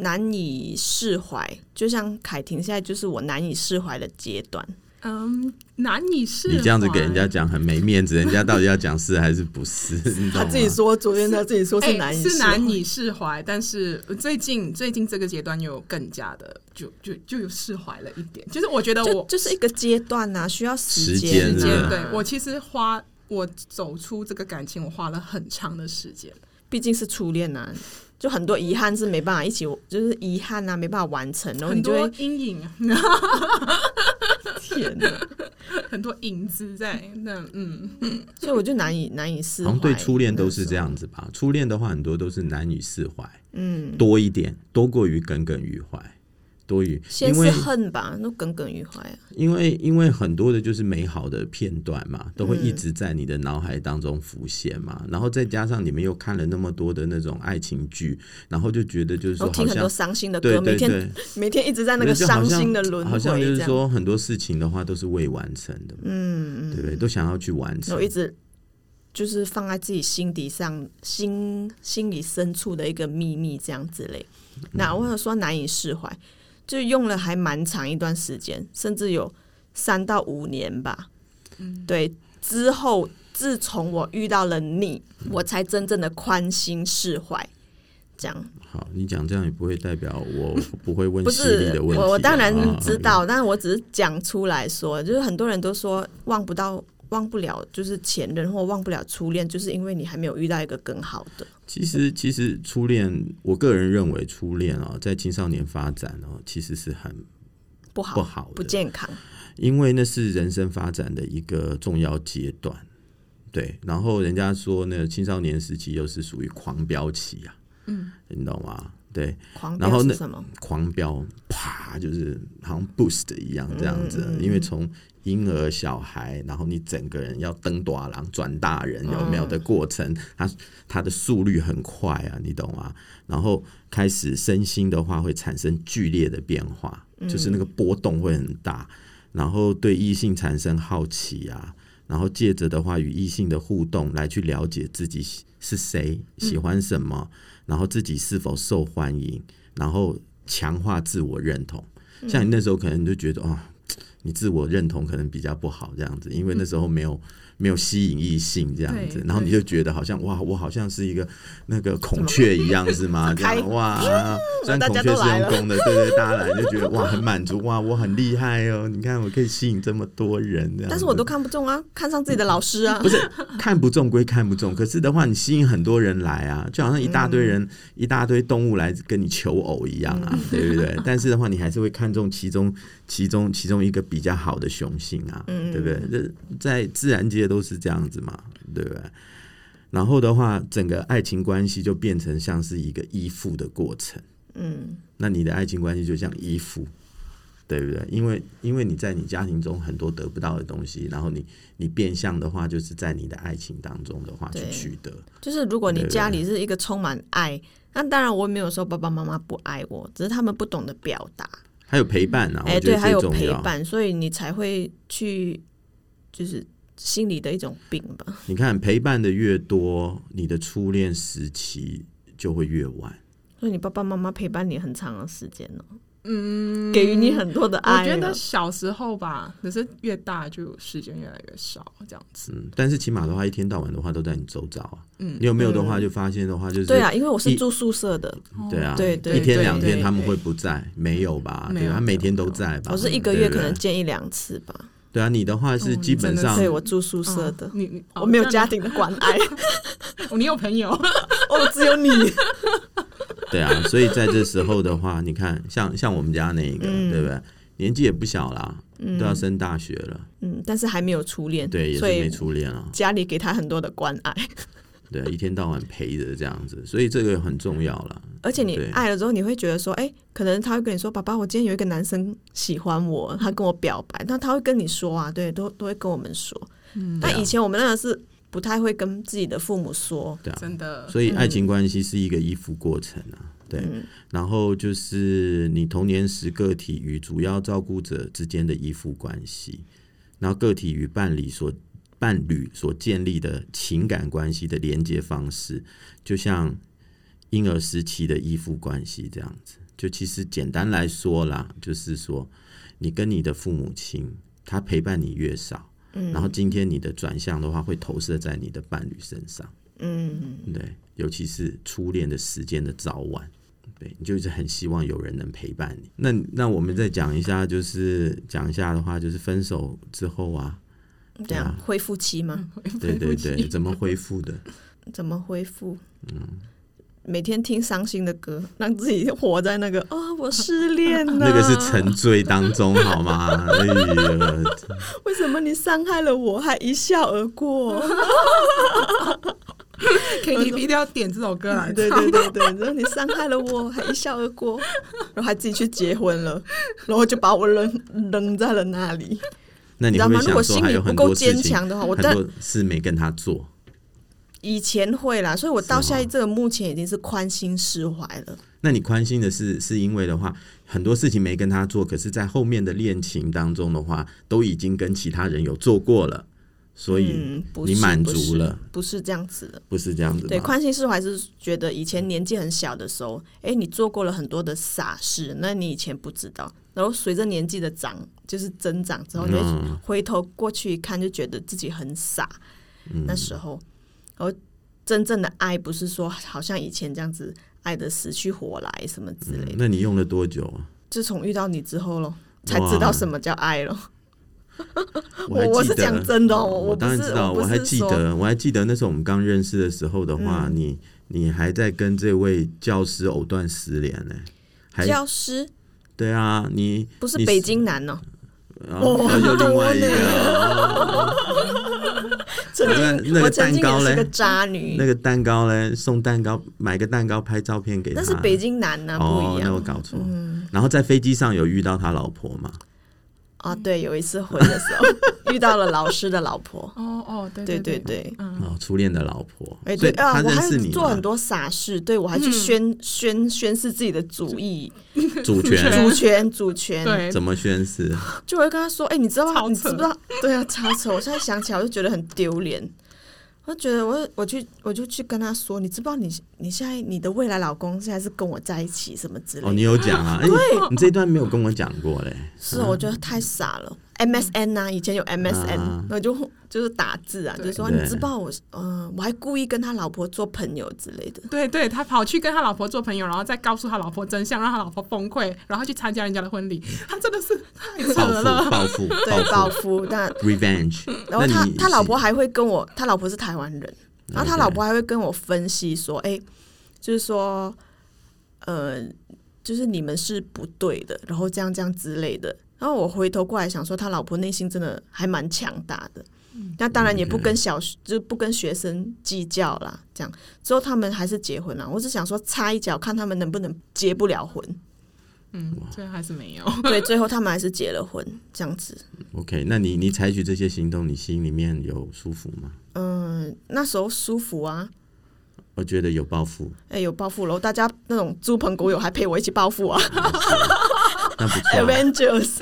Speaker 1: 难以释怀，就像凯婷现在就是我难以释怀的阶段。
Speaker 3: 嗯，难以释怀。
Speaker 2: 你这样子给人家讲很没面子，人家到底要讲是还是不 是？你懂
Speaker 1: 他
Speaker 2: 吗
Speaker 1: 自己说，昨天他自己说
Speaker 3: 哎
Speaker 1: 是难以、
Speaker 3: 是难，以释怀，但是呃最近最近这个阶段又更加的就就就有释怀了一点，就是我觉得
Speaker 1: 就
Speaker 3: 我
Speaker 1: 就是一个阶段呐、需要时
Speaker 2: 时
Speaker 1: 间、啊。
Speaker 2: 间是不是
Speaker 3: 对我其实花我走出这个感情，我花了很长的时间。
Speaker 1: 毕竟是初恋呐、就很多遗憾是没办法一起，就是遗憾啊呐、没办法完成，然后你
Speaker 3: 很
Speaker 1: 就
Speaker 3: 多
Speaker 1: 会
Speaker 3: 阴影，
Speaker 1: 天哪，
Speaker 3: 很多影子在那，嗯，
Speaker 1: 所以我就难以难以释
Speaker 2: 好
Speaker 1: 怀。
Speaker 2: 像对初恋都是这样子吧？初恋的话，很多都是难以释怀，
Speaker 1: 嗯，
Speaker 2: 多一点，多过于耿耿于怀，多于
Speaker 1: 先
Speaker 2: 因
Speaker 1: 是
Speaker 2: 为
Speaker 1: 恨吧，那耿耿于怀啊。
Speaker 2: 因为因为很多的就是美好的片段嘛，都会
Speaker 1: 嗯
Speaker 2: 一直在你的脑海当中浮现嘛。然后再加上你们又看了那么多的那种爱情剧，然后就觉得就是
Speaker 1: 然
Speaker 2: 说
Speaker 1: 后
Speaker 2: 好
Speaker 1: 听很多
Speaker 2: 像
Speaker 1: 伤心的歌，
Speaker 2: 对对
Speaker 1: 每天
Speaker 2: 对，
Speaker 1: 每天一直在那个
Speaker 2: 人就好
Speaker 1: 伤
Speaker 2: 像
Speaker 1: 心的轮
Speaker 2: 好
Speaker 1: 回，
Speaker 2: 像就
Speaker 1: 这
Speaker 2: 是
Speaker 1: 样，
Speaker 2: 说很多事情的话都是未完成的，
Speaker 1: 嗯，
Speaker 2: 对不对？都想要去完
Speaker 1: 然
Speaker 2: 成
Speaker 1: 后，一直就是放在自己心底上、心心里深处的一个秘密，这样之类。
Speaker 2: 嗯
Speaker 1: 那或者说难以释怀，就用了还蛮长一段时间，甚至有三到五年吧。对，之后自从我遇到了你，我才真正的宽心释怀。这样
Speaker 2: 好，你讲这样也不会代表我 不会问
Speaker 1: 嗯不
Speaker 2: 犀利
Speaker 1: 是
Speaker 2: 的问题啊。
Speaker 1: 我，我当然
Speaker 2: 啊
Speaker 1: 知道，但是我只是讲出来说，就是很多人都说忘不到、忘不了，就是前任或忘不了初恋，就是因为你还没有遇到一个更好的。
Speaker 2: 其实，其实初恋，我个人认为初恋啊、在青少年发展哦，其实是很
Speaker 1: 不好、
Speaker 2: 不好的
Speaker 1: 不健康。
Speaker 2: 因为那是人生发展的一个重要阶段。对，然后人家说那个青少年时期又是属于狂飙期啊，嗯，你懂吗？对，
Speaker 1: 狂
Speaker 2: 然后
Speaker 1: 飙
Speaker 2: 那
Speaker 1: 是什么？
Speaker 2: 狂飙，啪，啪，就是好像 boost 一样这样子，因为从婴儿、小孩，然后你整个人要登大郎转大人，有没有的过程？它它的速率很快啊，你懂吗？然后开始身心的话会产生剧烈的变化，
Speaker 3: 嗯
Speaker 2: 就是那个波动会很大，然后对异性产生好奇啊，然后借着的话与异性的互动来去了解自己是谁，
Speaker 3: 嗯
Speaker 2: 喜欢什么，然后自己是否受欢迎，然后强化自我认同。
Speaker 3: 嗯
Speaker 2: 像你那时候可能就觉得哦，你自我认同可能比较不好这样子，因为那时候没有、没有吸引异性这样子
Speaker 3: 对，
Speaker 2: 然后你就觉得好像哇，我好像是一个那个孔雀一样是吗？这
Speaker 1: 开
Speaker 2: 样哇，虽 然
Speaker 1: 大
Speaker 2: 孔
Speaker 1: 家
Speaker 2: 雀
Speaker 1: 都
Speaker 2: 是
Speaker 1: 来
Speaker 2: 用
Speaker 1: 了
Speaker 2: 公的，对对，大家来就觉得哇很满足哇，我很厉害哦，你看我可以吸引这么多人这样子，
Speaker 1: 但是我都看不中啊，看上自己的老师啊
Speaker 2: 不，是看不中归看不中，可是的话，你吸引很多人来啊，就好像一大堆
Speaker 1: 嗯
Speaker 2: 人、一大堆动物来跟你求偶一样啊，对不对？ 但是的话，你还是会看中其中其中其中一个比较好的雄性啊，
Speaker 1: 嗯
Speaker 2: 对不对？这在自然界都是这样子嘛，对不对？然后的话，整个爱情关系就变成像是一个依附的过程。
Speaker 1: 嗯，
Speaker 2: 那你的爱情关系就像依附，对不对？因为因为你在你家庭中很多得不到的东西，然后你你变相的话，就是在你的爱情当中的话去
Speaker 1: 对
Speaker 2: 取得。
Speaker 1: 就是如果你
Speaker 2: 对
Speaker 1: 家里是一个充满爱，那当然我也没有说爸爸妈妈不爱我，只是他们不懂得表达，
Speaker 2: 还有陪伴啊，
Speaker 1: 哎、
Speaker 2: 我觉
Speaker 1: 对，
Speaker 2: 得
Speaker 1: 还
Speaker 2: 最
Speaker 1: 有
Speaker 2: 重
Speaker 1: 陪
Speaker 2: 要。
Speaker 1: 伴，所以你才会去，就是心理的一种病吧。
Speaker 2: 你看，陪伴的越多，你的初恋时期就会越晚。
Speaker 1: 所以你爸爸妈妈陪伴你很长的时间哦，嗯，给予你很多的
Speaker 3: 我
Speaker 1: 爱哦
Speaker 3: 觉
Speaker 1: 了，
Speaker 3: 得小时候吧，可是越大就时间越来越少，这样子。
Speaker 2: 嗯，但是起码的话，一天到晚的话都在你周遭啊。嗯，你有没有的话，就发现的话，就是
Speaker 1: 对啊，因为我是
Speaker 2: 一
Speaker 1: 住宿舍的，
Speaker 3: 哦
Speaker 2: 对啊，
Speaker 1: 对对
Speaker 2: 一天
Speaker 1: 对
Speaker 2: 两天
Speaker 1: 对
Speaker 2: 他们
Speaker 1: 对
Speaker 2: 会不在，没有吧？
Speaker 3: 没
Speaker 2: 对
Speaker 3: 有
Speaker 2: 吧，他
Speaker 3: 没
Speaker 2: 每
Speaker 3: 有
Speaker 2: 天都
Speaker 3: 没有
Speaker 2: 在吧？
Speaker 1: 我是一个月
Speaker 2: 啊对不啊
Speaker 1: 可
Speaker 2: 对
Speaker 1: 能见一两次吧，
Speaker 2: 对啊，你的话是
Speaker 3: 哦
Speaker 2: 基
Speaker 3: 你
Speaker 2: 本
Speaker 3: 真的
Speaker 2: 上
Speaker 3: 嗯
Speaker 1: 所以我住宿舍的
Speaker 3: 嗯，你你
Speaker 1: 我没有家，
Speaker 3: 哦
Speaker 1: 庭的关爱，
Speaker 3: 那你你有朋 友，
Speaker 1: 我
Speaker 3: 哦
Speaker 1: 只有你。
Speaker 2: 对啊，所以在这时候的话，你看，像像我们家那一个，
Speaker 1: 嗯
Speaker 2: 对不对？年纪也不小啦，都要升大学了，
Speaker 1: 嗯，但是还没有初恋，
Speaker 2: 对，也是
Speaker 1: 所以
Speaker 2: 没嗯初恋啊，
Speaker 1: 家里给他很多的关爱，
Speaker 2: 对，一天到晚陪着这样子，所以这个很重要啦。
Speaker 1: 而且你
Speaker 2: 对
Speaker 1: 爱了之后，你会觉得说，哎、可能他会跟你说，爸爸，我今天有一个男生喜欢我，他跟我表白，那他会跟你说啊，对，都都会跟我们说。
Speaker 3: 嗯
Speaker 2: 对
Speaker 1: 但
Speaker 2: 啊
Speaker 1: 以前我们那个是不太会跟自己的父母说，
Speaker 2: 对啊，
Speaker 3: 真的，
Speaker 2: 所以爱情关系是一个依附过程啊，对。然后就是你童年时个体与主要照顾者之间的依附关系，然后个体与伴侣所伴侣所建立的情感关系的连接方式，就像婴儿时期的依附关系这样子。就其实简单来说啦，就是说你跟你的父母亲，他陪伴你越少，然后今天你的转向的话，会投射在你的伴侣身上。
Speaker 1: 嗯，
Speaker 2: 对，尤其是初恋的时间的早晚，对，你就一直很希望有人能陪伴你。那那我们再讲一下，就是讲一下的话，就是分手之后啊，
Speaker 1: 这样恢复期吗？
Speaker 2: 对对
Speaker 3: 对
Speaker 2: 对，怎么恢复 的？
Speaker 1: 怎么恢复？
Speaker 2: 嗯
Speaker 1: 每天听伤心的歌，让自己活在那个 啊、我失恋了。
Speaker 2: 那个是沉醉当中，好吗？哎呀，
Speaker 1: 为什么你伤害了我，还一笑而过？
Speaker 3: KTV 一定要点这首歌啊来
Speaker 1: 啊对
Speaker 3: 唱。
Speaker 1: 对对对，然后你伤害了我，还一笑而过，然后还自己去结婚了，然后就把我扔扔在了那里，
Speaker 2: 那
Speaker 1: 你
Speaker 2: 你
Speaker 1: 知道
Speaker 2: 会
Speaker 1: 吗？如
Speaker 2: 想
Speaker 1: 果
Speaker 2: 说
Speaker 1: 心
Speaker 2: 还
Speaker 1: 里
Speaker 2: 有
Speaker 1: 不
Speaker 2: 很
Speaker 1: 够
Speaker 2: 多事
Speaker 1: 坚
Speaker 2: 情，
Speaker 1: 强的话，我
Speaker 2: 很
Speaker 1: 但
Speaker 2: 多事没跟他做。
Speaker 1: 以前会啦，所以我到现在这个目前已经是宽心释怀了。
Speaker 2: 那你宽心的是，是因为的话，很多事情没跟他做，可是，在后面的恋情当中的话，都已经跟其他人有做过了，所以
Speaker 1: 嗯，不
Speaker 2: 你
Speaker 1: 是
Speaker 2: 满
Speaker 1: 不
Speaker 2: 足
Speaker 1: 是
Speaker 2: 了
Speaker 1: 不是这样子的。
Speaker 2: 不是这样子
Speaker 1: 对，
Speaker 2: 吗
Speaker 1: 宽心释怀是觉得以前年纪很小的时候，哎，你做过了很多的傻事，那你以前不知道。然后随着年纪的长，就是增长之后，你会
Speaker 2: 嗯
Speaker 1: 回头过去一看，就觉得自己很傻。
Speaker 2: 嗯
Speaker 1: 那时候，然后真正的爱不是说好像以前这样子爱的死去活来什么之类的，
Speaker 2: 那你用了多久 啊？
Speaker 1: 自从遇到你之后咯，才知道
Speaker 2: 哇
Speaker 1: 什么叫爱咯。
Speaker 2: 还
Speaker 1: 我我
Speaker 2: 记
Speaker 1: 是
Speaker 2: 得
Speaker 1: 讲真的哦我
Speaker 2: 我
Speaker 1: 我
Speaker 2: 当然
Speaker 1: 不是
Speaker 2: 知道，
Speaker 1: 我不
Speaker 2: 我还
Speaker 1: 是
Speaker 2: 记
Speaker 1: 说嗯
Speaker 2: 得，我还记得那时候我们刚认识的时候的话，你你还在跟这位教师藕断丝连呢、还
Speaker 1: 教师
Speaker 2: 对啊，你
Speaker 1: 不是
Speaker 2: 你啊
Speaker 1: 北京男哦，
Speaker 2: 哦，那就另外一个，哦
Speaker 1: 曾经
Speaker 2: 那个
Speaker 1: 我曾经
Speaker 2: 蛋糕
Speaker 1: 也
Speaker 2: 嘞
Speaker 1: 是个渣女，
Speaker 2: 那个蛋糕嘞，送蛋糕，买个蛋糕拍照片给他。
Speaker 1: 但是北京男呢、
Speaker 2: 哦
Speaker 1: 不，一
Speaker 2: 那我
Speaker 1: 样嗯
Speaker 2: 搞错。然后在飞机上有遇到他老婆嘛？
Speaker 1: 啊。
Speaker 3: 嗯
Speaker 1: 对，有一次回的时候 遇到了老师的老婆，
Speaker 3: 哦哦，对
Speaker 1: 对对
Speaker 3: 对
Speaker 1: 对。
Speaker 3: 嗯，
Speaker 2: 哦，初恋的老婆。
Speaker 1: 哎，
Speaker 2: 所
Speaker 1: 对
Speaker 2: 以他
Speaker 1: 啊，我
Speaker 2: 认
Speaker 1: 还
Speaker 2: 识你
Speaker 1: 做
Speaker 2: 吗
Speaker 1: 很多傻事，对我还
Speaker 3: 嗯
Speaker 1: 去宣宣宣示自己的主义、
Speaker 2: 主
Speaker 3: 主
Speaker 2: 权
Speaker 3: 权
Speaker 1: 主权、主权，
Speaker 3: 对，
Speaker 2: 怎么宣誓？
Speaker 1: 就我会跟他说：“哎、你知道吗？
Speaker 3: 超
Speaker 1: 你知
Speaker 3: 扯
Speaker 1: 不知道？对啊，超扯！我现在想起来，我就觉得很丢脸。我就觉得我我去我就去跟他说，你知不知道你你现在你的未来老公现在是跟我在一起什么之类的？
Speaker 2: 哦，你有 讲啊？哎，你这一段没有跟我讲过嘞。
Speaker 1: 是，我觉得太傻了。MSN 呐、啊，以前有 MSN，、
Speaker 2: 嗯啊
Speaker 1: 那我就就是打字啊，就
Speaker 3: 对
Speaker 1: 是说你
Speaker 2: 对
Speaker 1: 知不知道我，嗯、我还故意跟他老婆做朋友之类的。
Speaker 3: 对对，他跑去跟他老婆做朋友，然后再告诉他老婆真相，让他老婆崩溃，然后去参加人家的婚礼，他真的是太扯
Speaker 2: 报复，
Speaker 3: 了。
Speaker 2: 报复，
Speaker 1: 对，报
Speaker 2: 复
Speaker 1: 复。但
Speaker 2: ，revenge。
Speaker 1: 然后他
Speaker 2: 那你
Speaker 1: 他老婆还会跟我，他老婆是台湾人，然后他
Speaker 2: OK
Speaker 1: 老婆还会跟我分析说，哎、就是说，呃，就是你们是不对的，然后这样这样之类的。然后我回头过来想说，他老婆内心真的还蛮强大的。那当然也不跟小就不跟学生计较啦，这样之后他们还是结婚了。我只想说插一脚，看他们能不能结不了婚。
Speaker 3: 嗯，最后还是没有。
Speaker 1: 对，最后他们还是结了婚，这样子。
Speaker 2: OK，那你你采取这些行动，你心里面有舒服吗？
Speaker 1: 嗯，那时候舒服啊，
Speaker 2: 我觉得有报 复，
Speaker 1: 哎、有报复喽！大家那种猪朋狗友还陪我一起报复啊
Speaker 2: 那不错啊，
Speaker 1: ，Avengers。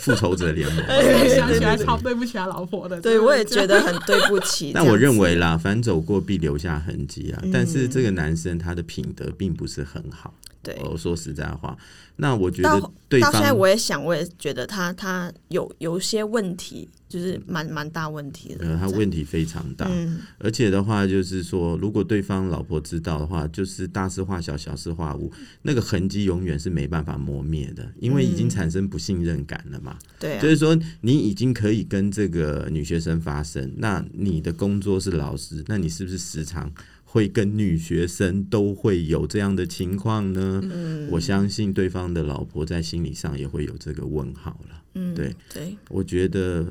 Speaker 2: 复仇者联盟。
Speaker 1: 哎
Speaker 3: 现在
Speaker 2: 对
Speaker 3: 想起来
Speaker 2: 对
Speaker 3: 超 对不起他老婆的。
Speaker 1: 对，我也觉得
Speaker 3: 得
Speaker 1: 很对不 起。
Speaker 2: 但
Speaker 1: 这样
Speaker 2: 我
Speaker 1: 子嗯
Speaker 2: 认为啦，凡走过必留下痕迹啊。但是这个男生他的品德并不是很好。
Speaker 1: 对，
Speaker 2: 我说实在话，那我觉
Speaker 1: 到
Speaker 2: 得对
Speaker 1: 到现在
Speaker 2: 方
Speaker 1: 我也想，我也觉得他他有有些问题，就是蛮蛮大问题的。
Speaker 2: 呃，他
Speaker 1: 这样
Speaker 2: 问题非常大，
Speaker 1: 嗯，
Speaker 2: 而且的话就是说，如果对方老婆知道的话，就是大事化小，小事化无，那个痕迹永远是没办法磨灭的，因为已经产生不信任感了嘛。
Speaker 1: 嗯对啊
Speaker 2: 就，是说，你已经可以跟这个女学生发生，那你的工作是老师，那你是不是时常会跟女学生都会有这样的情况呢？
Speaker 1: 嗯
Speaker 2: 我相信对方的老婆在心理上也会有这个问号了。
Speaker 1: 嗯，
Speaker 2: 对
Speaker 1: 对，
Speaker 2: 我觉得，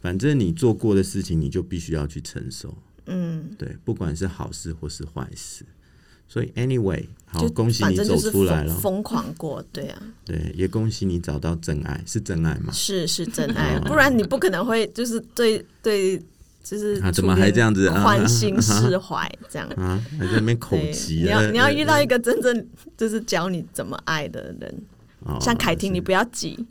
Speaker 2: 反正你做过的事情，你就必须要去承受，
Speaker 1: 嗯，
Speaker 2: 对，不管是好事或是坏事。所以，anyway，好，
Speaker 1: 就
Speaker 2: 恭喜
Speaker 1: 反
Speaker 2: 你
Speaker 1: 正就
Speaker 2: 走
Speaker 1: 是
Speaker 2: 出来
Speaker 1: 疯
Speaker 2: 了，
Speaker 1: 疯狂过，对 啊，
Speaker 2: 对，也恭喜你找到真爱，是真爱 吗？
Speaker 1: 是是 真
Speaker 2: 哦
Speaker 1: 爱，不然你不可能会就是对对，就是
Speaker 2: 啊怎么还这样子
Speaker 1: 初恋欢 欣释怀这样。
Speaker 2: 啊，还在那边口
Speaker 1: 对
Speaker 2: 急。
Speaker 1: 你要
Speaker 2: 呃
Speaker 1: 你要
Speaker 2: 呃
Speaker 1: 遇到一个真正就是教你怎么爱的人，
Speaker 2: 哦
Speaker 1: 像凯婷，你不要急。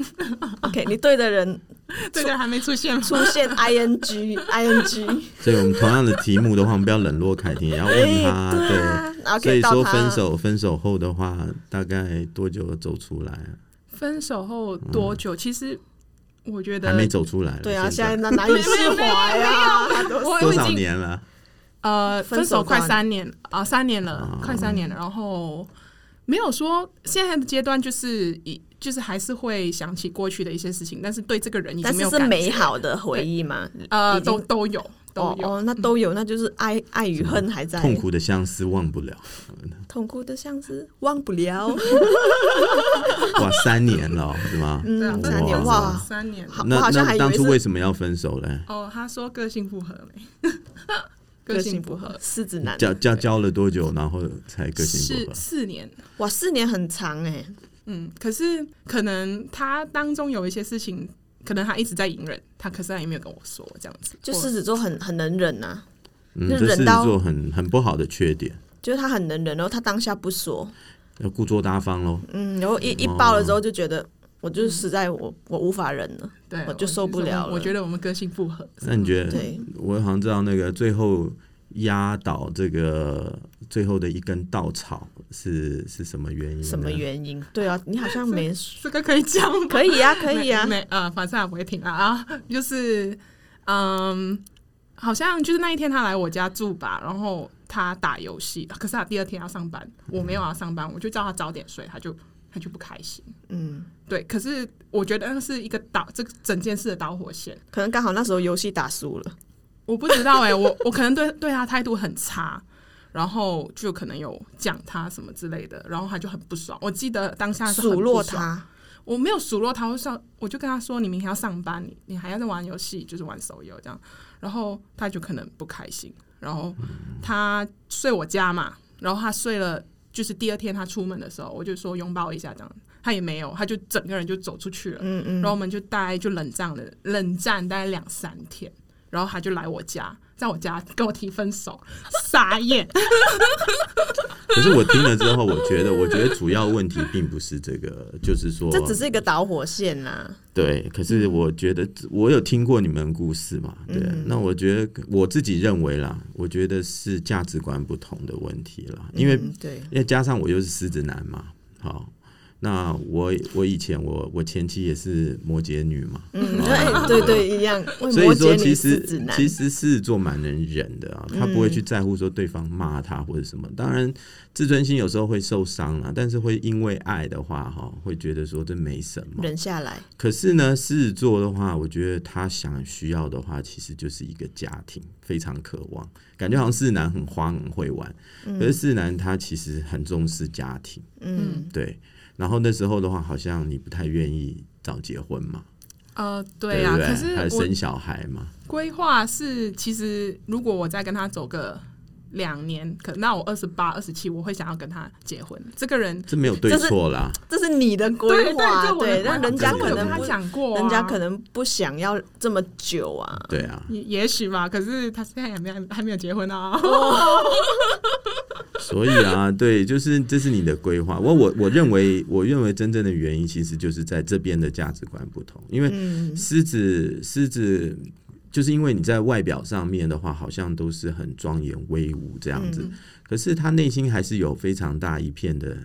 Speaker 1: OK，你对的人
Speaker 3: 这个人还没出现吗？
Speaker 1: 出 现 ing ing，
Speaker 2: 所以我们同样的题目的话，我们不要冷落凯婷，也要问他。
Speaker 1: 哎对啊然后可
Speaker 2: 所
Speaker 1: 以
Speaker 2: 以
Speaker 1: 到
Speaker 2: 说
Speaker 1: 他
Speaker 2: 分手，分手后的话，大概多久走出来啊？
Speaker 3: 分手后多久？其实我觉得
Speaker 2: 嗯还没走出来了。
Speaker 1: 对啊，现
Speaker 2: 现
Speaker 1: 在那难以释怀啊，他都
Speaker 3: 我
Speaker 2: 多
Speaker 3: 我已
Speaker 2: 少
Speaker 3: 经
Speaker 2: 年了？
Speaker 3: 呃
Speaker 1: 分
Speaker 3: 分
Speaker 1: 手
Speaker 3: 手快
Speaker 1: 到
Speaker 3: 三年啊、三年了，
Speaker 2: 啊
Speaker 3: 快三年了。然后没有说现在的阶段就是一就是还是会想起过去的一些事情，但是对这个人已
Speaker 1: 但
Speaker 3: 经
Speaker 1: 是
Speaker 3: 没有
Speaker 1: 是
Speaker 3: 感觉
Speaker 1: 美好的回忆嘛，
Speaker 3: 呃
Speaker 1: 已经
Speaker 3: 都都有都
Speaker 1: 哦
Speaker 3: 有。
Speaker 1: 哦，那都有，那就是爱爱与恨还在，
Speaker 2: 痛苦的相思忘不了。
Speaker 1: 痛苦的相思忘不了。
Speaker 2: 哇，三年了，是吗？
Speaker 3: 对啊，
Speaker 1: 嗯，三年
Speaker 2: 哇
Speaker 1: 哇，
Speaker 3: 三年
Speaker 1: 好，我
Speaker 2: 那
Speaker 1: 好像还
Speaker 2: 那
Speaker 1: 以为
Speaker 2: 当初为
Speaker 1: 是
Speaker 2: 什么要分手嘞？
Speaker 3: 哦，他说个性不合没，
Speaker 1: 个
Speaker 3: 性
Speaker 1: 性
Speaker 3: 不
Speaker 1: 不
Speaker 3: 合
Speaker 1: 合，狮子男
Speaker 2: 交交交了多久，然后才个性
Speaker 3: 是
Speaker 2: 不合？
Speaker 3: 四年。
Speaker 1: 哇，四年很长哎，
Speaker 3: 嗯，可是可能他当中有一些事情，可能他一直在隐忍，他可是他也没有跟我说这样子，
Speaker 1: 就
Speaker 3: 我
Speaker 1: 狮子座很很能忍啊呐。
Speaker 2: 嗯，
Speaker 1: 那
Speaker 2: 这
Speaker 1: 忍
Speaker 2: 是
Speaker 1: 到
Speaker 2: 做很很不好的缺点，
Speaker 1: 就是他很能忍，然后他当下不说，
Speaker 2: 要故作大方喽。
Speaker 1: 嗯，然后一一爆了之
Speaker 2: 哦
Speaker 1: 后就觉得，我就是实在我我无法忍了，
Speaker 3: 对
Speaker 1: 我就受不了了
Speaker 3: 我觉得我们个性不合，
Speaker 2: 那你觉得？
Speaker 1: 对，
Speaker 2: 我好像知道那个最后压倒这个最后的一根稻草是是什么原因呢？
Speaker 1: 什么原因？ 对啊，你好像没说，
Speaker 3: 这个可以讲吗？
Speaker 1: 可以啊，可以啊，
Speaker 3: 没没呃，反正也不会停啊啊，就是嗯，好像就是那一天他来我家住吧，然后他打游戏，可是他第二天要上班，我没有要上班，我就叫他早点睡，他就他就不开心。
Speaker 1: 嗯，
Speaker 3: 对，可是我觉得那是一个导这整件事的导火线。
Speaker 1: 可能刚好那时候游戏打输了，
Speaker 3: 我不知道哎、我我可能对对他态度很差，然后就可能有讲他什么之类的，然后他就很不爽。我记得当下是很
Speaker 1: 数落
Speaker 3: 不爽，
Speaker 1: 他，
Speaker 3: 我没有数落他，我就上我就跟他说，你明天要上班，你你还要在玩游戏，就是玩手游这样。然后他就可能不开心，然后他睡我家嘛，然后他睡了，就是第二天他出门的时候，我就说拥抱一下这样，他也没有，他就整个人就走出去了。
Speaker 1: 嗯嗯，
Speaker 3: 然后我们就大概就冷战了，冷战大概两三天，然后他就来我家，在我家跟我提分手，傻眼。
Speaker 2: 可是我听了之后，我觉得，我觉得主要问题并不是这个，就是说，
Speaker 1: 这只是一个导火线啊啦。
Speaker 2: 对。可是我觉得，我有听过你们的故事嘛，
Speaker 1: 嗯
Speaker 2: 对。那我觉得我自己认为啦，我觉得是价值观不同的问题啦，因为、
Speaker 1: 嗯对，
Speaker 2: 因为加上我又是狮子男嘛，好。那我我以前我我前妻也是摩羯女嘛，
Speaker 1: 嗯，哎，对对，一样。为
Speaker 2: 所以
Speaker 1: 摩羯
Speaker 2: 说，
Speaker 1: 女
Speaker 2: 其
Speaker 1: 狮
Speaker 2: 实
Speaker 1: 子男嗯
Speaker 2: 其实狮子座蛮能忍的啊，他不会去在乎说对方骂他或者什么。当然，自尊心有时候会受伤啦，但是会因为爱的话，哈，会觉得说这没什么。
Speaker 1: 忍下来，
Speaker 2: 可是呢，狮子座的话，我觉得他想需要的话，其实就是一个家庭，非常渴望。感觉好像狮子男很花很会玩，可是狮子男他其实很重视家庭，
Speaker 1: 嗯，
Speaker 2: 对。然后那时候的话，好像你不太愿意早结婚嘛，
Speaker 3: 呃，对
Speaker 2: 对
Speaker 3: 呀、
Speaker 2: 不
Speaker 3: 可
Speaker 2: 对？还有
Speaker 3: 是我
Speaker 2: 生小孩嘛，
Speaker 3: 规划是，其实如果我再跟他走个两年，可那我二十八、二十七，我会想要跟他结婚。这个人
Speaker 2: 这没有对
Speaker 1: 这是
Speaker 2: 错啦。
Speaker 1: 这是你的
Speaker 3: 对
Speaker 1: 规
Speaker 3: 对，
Speaker 1: 划
Speaker 3: 这，我
Speaker 1: 对，
Speaker 3: 的规划
Speaker 1: 但人家
Speaker 3: 可是
Speaker 1: 可
Speaker 3: 我有
Speaker 1: 能
Speaker 3: 跟他
Speaker 1: 不，
Speaker 3: 讲过、啊，
Speaker 1: 人家可能不想要这么久啊。
Speaker 2: 对啊，
Speaker 3: 也也许吧，可是他现在还没有还没有结婚 啊。
Speaker 2: 所以啊，对，就是这是你的规划。我我我认为，我认为真正的原因其实就是在这边的价值观不同，因为狮子狮子就是因为你在外表上面的话，好像都是很庄严威武这样子，可是他内心还是有非常大一片的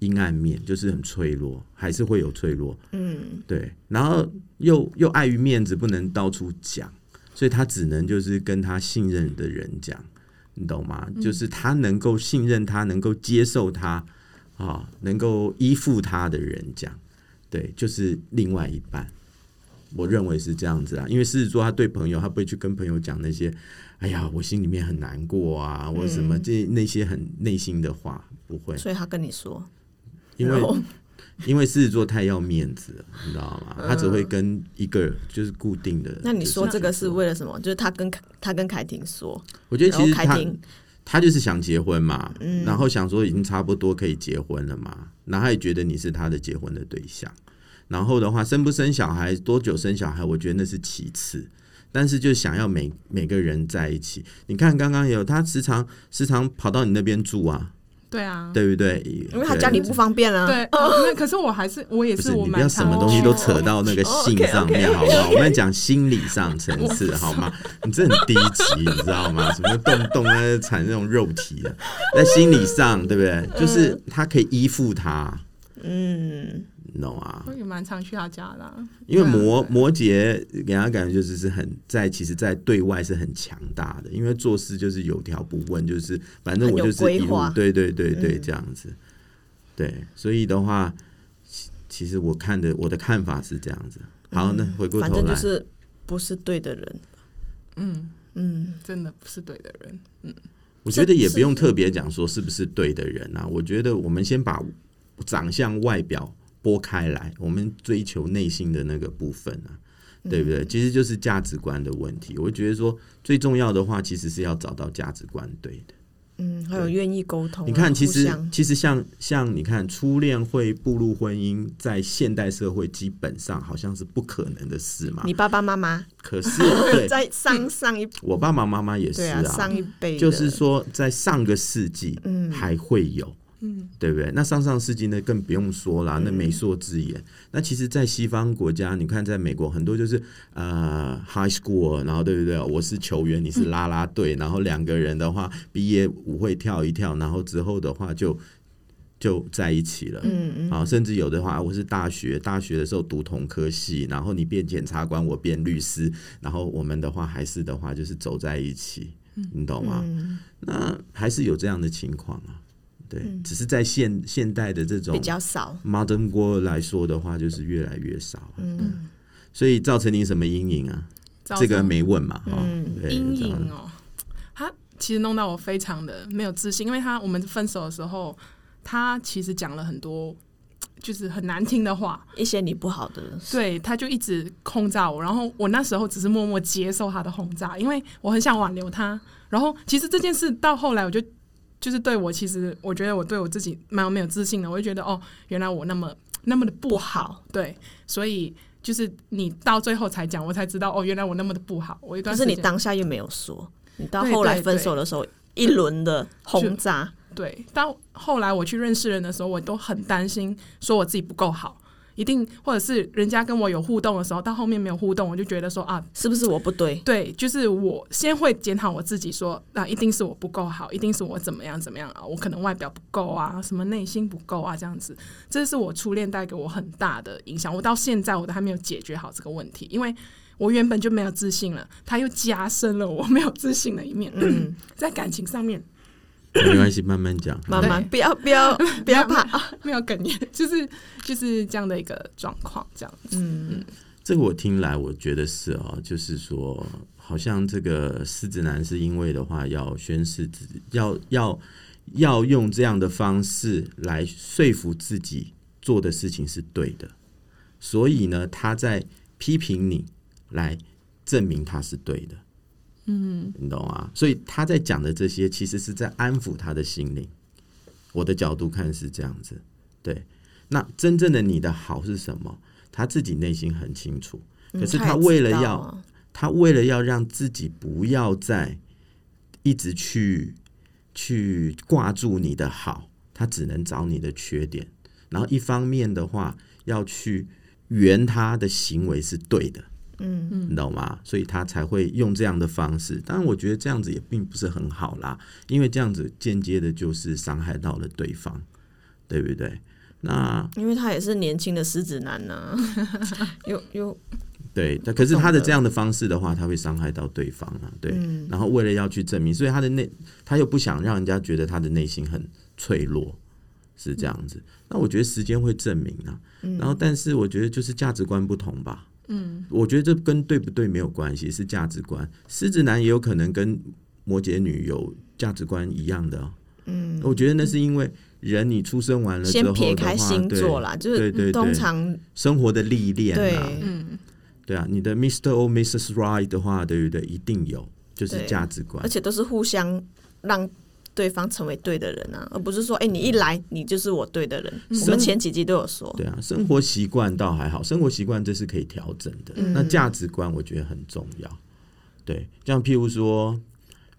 Speaker 2: 阴暗面，就是很脆弱，还是会有脆弱。
Speaker 1: 嗯，
Speaker 2: 对，然后又又碍于面子不能到处讲，所以他只能就是跟他信任的人讲，你懂吗？就是他能够信任他，能够接受他，啊、能够依附他的人讲，对，就是另外一半。我认为是这样子啊，因为狮子座他对朋友，他不会去跟朋友讲那些，哎呀，我心里面很难过啊，我什么这那些很内心的话，不会，
Speaker 1: 所以他跟你说，
Speaker 2: 因为
Speaker 1: 然后
Speaker 2: 因为狮子座太要面子了，你知道吗？他只会跟一个就是固定的。
Speaker 1: 嗯那你说
Speaker 2: 就是
Speaker 1: 这个是为了什么？就是他跟他跟凯婷说，
Speaker 2: 我觉得
Speaker 1: 然
Speaker 2: 其
Speaker 1: 后
Speaker 2: 实
Speaker 1: 凯嗯
Speaker 2: 他
Speaker 1: 婷
Speaker 2: 他就是想结婚嘛，然后想说已经差不多可以结婚了嘛，然后他也觉得你是他的结婚的对象。然后的话，生不生小孩，多久生小孩，我觉得那是其次。但是就想要每每个人在一起，你看刚刚有他时常时常跑到你那边住啊，
Speaker 3: 对啊，
Speaker 2: 对不对？
Speaker 1: 因为他家里不方便啊。
Speaker 3: 对，呃那可是我还是我也
Speaker 2: 不是
Speaker 3: 我
Speaker 2: 你不
Speaker 3: 蛮
Speaker 2: 要什
Speaker 3: 常
Speaker 2: 么东西都扯到那个性上面，好不好？我们讲心理上 层次，好吗？你这很低级，你知道吗？什么动不动呢产这种肉体的，在心理上，对不对？就是
Speaker 3: 嗯
Speaker 2: 他可以依附他，
Speaker 1: 嗯，
Speaker 2: 你懂吗？
Speaker 3: 我也蛮常去他家的啊、
Speaker 2: 因为
Speaker 3: 对啊
Speaker 2: 摩
Speaker 3: 对
Speaker 2: 摩羯给他感觉就是是很在，其实，在对外是很强大的，因为做事就是有条不紊，就是反正我就是一
Speaker 1: 很有规
Speaker 2: 路
Speaker 1: 划，嗯
Speaker 2: 对对对对，这样子。对，所以的话，其其实我看的我的看法是这样子。好，那回过
Speaker 1: 嗯反
Speaker 2: 头
Speaker 1: 正
Speaker 2: 来
Speaker 1: 就，是不是对的人。
Speaker 3: 嗯，
Speaker 1: 嗯，
Speaker 3: 真的不是对的人。
Speaker 2: 我觉得也不用特别讲说是不是对的人啊，我觉得我们先把长相外表拨开来，我们追求内心的那个部分啊，对
Speaker 1: 嗯
Speaker 2: 不对？其实就是价值观的问题。我觉得说最重要的话，其实是要找到价值观对的。
Speaker 1: 嗯，还有愿意沟通啊。
Speaker 2: 你看，其
Speaker 1: 互
Speaker 2: 实
Speaker 1: 相
Speaker 2: 其实像像你看，初恋会步入婚姻，在现代社会基本上好像是不可能的事嘛
Speaker 1: 你。爸爸妈妈
Speaker 2: 可是 啊对
Speaker 1: 在上上一
Speaker 2: 我爸爸妈妈也是
Speaker 1: 对啊，上一辈的
Speaker 2: 就是说，在上个世纪，还会有，
Speaker 3: 嗯，
Speaker 2: 对不对？那上上世纪呢，更不用说啦，那媒妁之言。那其实，在西方国家，你看，在美国很多就是呃，high school，然后对不对？我是球员，你是啦啦队，然后两个人的话，毕业舞会跳一跳，然后之后的话就就在一起了。
Speaker 1: 嗯嗯，
Speaker 2: 啊，甚至有的话，我是大学，大学的时候读同科系，然后你变检察官，我变律师，然后我们的话还是的话就是走在一起，你懂吗？那还是有这样的情况啊，对，只是在现现代的这种
Speaker 1: 比较少。
Speaker 2: modern world 来说的话，就是越来越少、嗯，所以造成你什么阴影啊？
Speaker 3: 造
Speaker 2: 这个
Speaker 3: 成
Speaker 2: 没问嘛，哈、对
Speaker 3: 阴
Speaker 2: 这样
Speaker 3: 影哦，他其实弄到我非常的没有自信，因为他我们分手的时候，他其实讲了很多就是很难听的话，
Speaker 1: 一些你不好的，
Speaker 3: 对，他就一直轰炸我，然后我那时候只是默默接受他的轰炸，因为我很想挽留他。然后其实这件事到后来，我就就是对我，其实我觉得我对我自己蛮没有自信的，我就觉得哦，原来我那么那么的不好，对，所以就是你到最后才讲，我才知道哦，原来我那么的不好。我一
Speaker 1: 就
Speaker 3: 段
Speaker 1: 是
Speaker 3: 时
Speaker 1: 你
Speaker 3: 间
Speaker 1: 当下又没有说，你到
Speaker 3: 对
Speaker 1: 后来
Speaker 3: 对
Speaker 1: 分
Speaker 3: 对
Speaker 1: 手的时候一轮的轰炸，
Speaker 3: 对，到后来我去认识人的时候，我都很担心，说我自己不够好，一定或者是人家跟我有互动的时候，到后面没有互动，我就觉得说啊，
Speaker 1: 是不是我不对？
Speaker 3: 对，就是我先会检讨我自己说，啊，一定是我不够好，一定是我怎么样怎么样啊，我可能外表不够啊，什么内心不够啊，这样子，这是我初恋带给我很大的影响。我到现在我都还没有解决好这个问题，因为我原本就没有自信了，他又加深了我没有自信的一面，嗯在感情上面。
Speaker 2: 没关系，慢慢讲。
Speaker 1: 慢慢不要不要不要怕，
Speaker 3: 没有哽咽，就是就是这样的一个状况，这样子。
Speaker 1: 嗯，
Speaker 2: 这个我听来，我觉得是哦，就是说，好像这个狮子男是因为的话，要宣示自己，要要要用这样的方式来说服自己做的事情是对的，所以呢，他在批评你，来证明他是对的。嗯，你懂啊？所以他在讲的这些，其实是在安抚他的心灵。我的角度看是这样子，对。那真正的你的好是什么？他自己内心很清楚，可是
Speaker 1: 嗯
Speaker 2: 他
Speaker 1: 也
Speaker 2: 为了
Speaker 1: 知道
Speaker 2: 要
Speaker 1: 啊
Speaker 2: 他为了要让自己不要再一直去去挂住你的好，他只能找你的缺点。然后一方面的话，要去圆他的行为是对的，
Speaker 1: 嗯
Speaker 2: 嗯，你懂吗？所以他才会用这样的方式。当然，我觉得这样子也并不是很好啦，因为这样子间接的就是伤害到了对方，对不对？那
Speaker 1: 因为他也是年轻的狮子男呢、 又又
Speaker 2: 对，但可是他的
Speaker 1: 懂得
Speaker 2: 这样的方式的话，他会伤害到对方啊，对。
Speaker 1: 嗯
Speaker 2: 然后为了要去证明，所以他的内他又不想让人家觉得他的内心很脆弱，是这样子。
Speaker 1: 嗯
Speaker 2: 那我觉得时间会证明啊。然后，但是我觉得就是价值观不同吧。嗯，我觉得这跟对不对没有关系，是价值观。狮子男也有可能跟摩羯女有价值观一样的、啊。嗯，我觉得那是因为人你出生完了之
Speaker 1: 先
Speaker 2: 后
Speaker 1: 撇
Speaker 2: 的话，
Speaker 1: 开星座
Speaker 2: 对
Speaker 1: 啦，就是
Speaker 2: 对对
Speaker 1: 通
Speaker 2: 对
Speaker 1: 常
Speaker 2: 生活的历练
Speaker 1: 对
Speaker 2: 啊，对啊，你的 Mr. or Mrs. Right 的话，对不对？一定有，就是
Speaker 1: 对
Speaker 2: 价值观
Speaker 1: 而。且都是互相让对方成为对的人啊，而不是说，哎、你一来你就是我对的人。我们前几集都有说，
Speaker 2: 对啊，生活习惯倒还好，生活习惯这是可以调整的。
Speaker 1: 嗯
Speaker 2: 那价值观我觉得很重要。对，像譬如说，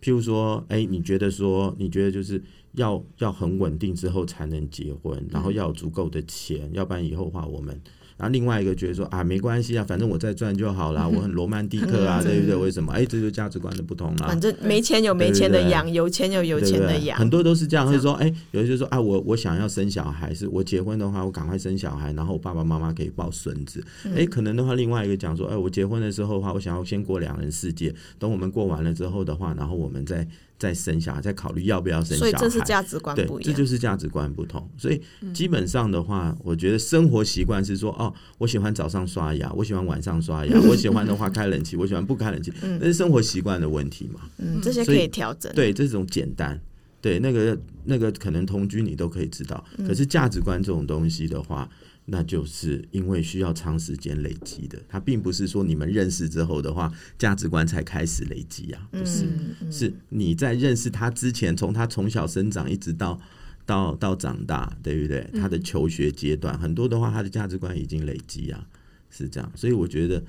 Speaker 2: 譬如说，哎，你觉得说，你觉得就是要要很稳定之后才能结
Speaker 1: 嗯
Speaker 2: 婚，然后要有足够的钱，要不然以后的话我们。然后另外一个觉得说啊，没关系啊，反正我再赚就好 啦，我很罗曼蒂克啊，对不对？为什么？哎，这就是价值观的不同
Speaker 1: 嗯
Speaker 2: 啦。
Speaker 1: 反正没钱有没钱的养，有钱有有
Speaker 2: 对不
Speaker 1: 钱的
Speaker 2: 对
Speaker 1: 养。
Speaker 2: 很多都是这样，会说，哎、有人就说啊，我我想要生小孩，是我结婚的话，我赶快生小孩，然后我爸爸妈妈可以抱孙子。哎、
Speaker 1: 嗯
Speaker 2: 可能的话，另外一个讲说，哎、我结婚的时候的话，我想要先过两人世界，等我们过完了之后的话，然后我们再再生小孩，再考虑要不要生小
Speaker 1: 所
Speaker 2: 孩。
Speaker 1: 以这是价值观
Speaker 2: 对
Speaker 1: 不，一
Speaker 2: 这
Speaker 1: 样。嗯
Speaker 2: 就是价值观不同。所以基本上的话，我觉得生活习惯是说，哦，我喜欢早上刷牙，我喜欢晚上刷牙，我喜欢的话开冷气，我喜欢不开冷气，那是生活习惯的问题嘛。
Speaker 1: 嗯，这些
Speaker 2: 所
Speaker 1: 可
Speaker 2: 以
Speaker 1: 以调整。
Speaker 2: 对，这种简单，对那个那个可能同居你都可以知道，可是价值观这种东西的话，那就是因为需要长时间累积的，它并不是说你们认识之后的话，价值观才开始累积啊，
Speaker 1: 嗯
Speaker 2: 不是，是你在认识他之前，从他从小生长一直到。到到长大，对不对？他的求学阶段、很多的话，他的价值观已经累积啊，是这样。所以我觉得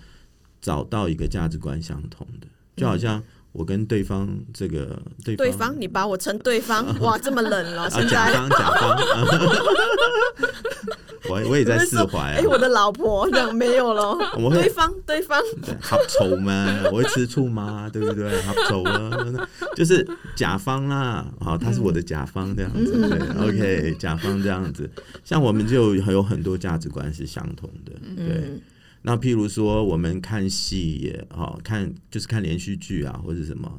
Speaker 2: 找到一个价值观相同的，就好像我跟对方这个对
Speaker 1: 对方，你把我称对 方，哇，这么冷了，
Speaker 2: 啊，
Speaker 1: 现
Speaker 2: 甲
Speaker 1: 在。
Speaker 2: 方甲方， 我我也在释怀
Speaker 1: 哎、
Speaker 2: 啊
Speaker 1: 诶，我的老婆冷没有了，
Speaker 2: 我会
Speaker 1: 对方对方，
Speaker 2: 对好丑嘛，我会吃醋吗？对不对？好丑啊，就是甲方啦，好，他是我的甲方这样子，对，OK，甲方这样子，像我们就有很多价值观是相同的，对。
Speaker 1: 嗯，
Speaker 2: 那譬如说，我们看戏也好、看就是看连续剧啊，或者什么，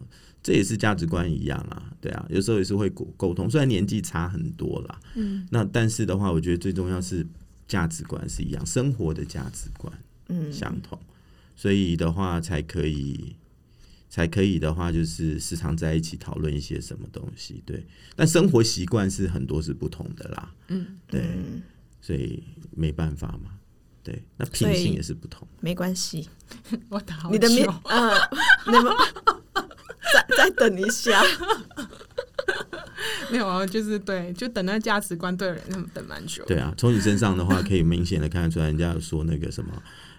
Speaker 2: 这也是价值观一样啊，对啊，有时候也是会沟沟通，虽然年纪差很多啦，嗯，那但是的话，我觉得最重要是价值观是一样，生活的价值观，嗯，相同，所以的话才可以。才可以的话，就是时常在一起讨论一些什么东西，对。但生活习惯是很多是不同的啦，嗯，对。所以没办法嘛。对，那品
Speaker 1: 所
Speaker 2: 性
Speaker 1: 以
Speaker 2: 也是不同。
Speaker 1: 没关系，
Speaker 3: 我打好
Speaker 1: 你的面
Speaker 3: 久，
Speaker 1: 嗯、呃，你们再再等一下，
Speaker 3: 没有啊，就是对，就等那价值观对的人，他们等蛮久。
Speaker 2: 对啊，从你身上的话，可以明显的看得出来，人家有说那个什么，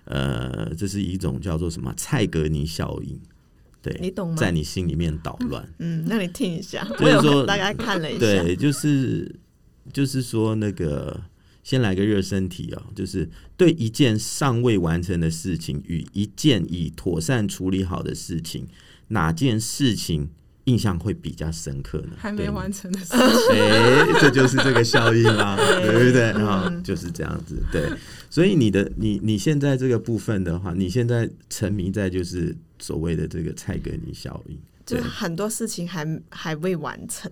Speaker 2: 呃，这是一种叫做什么蔡格尼效应，对，
Speaker 1: 你懂吗
Speaker 2: 在你心里面捣 乱，
Speaker 1: 嗯，那你听一下，我
Speaker 2: 就是
Speaker 1: 有
Speaker 2: 说
Speaker 1: 大概看了一下，
Speaker 2: 对，就是就是说那个。先来个热身题哦，就是对一件尚未完成的事情与一件已妥善处理好的事情，哪件事情印象会比较深刻呢？
Speaker 3: 还
Speaker 2: 对
Speaker 3: 没
Speaker 2: 你
Speaker 3: 完成的 事，
Speaker 2: 哎、这就是这个效应啦，对不对
Speaker 1: 嗯
Speaker 2: 啊、就是这样子，对。所以你的你你现在这个部分的话，你现在沉迷在就是所谓的这个蔡格尼效应，
Speaker 1: 就
Speaker 2: 对
Speaker 1: 是，很多事情还还未完成，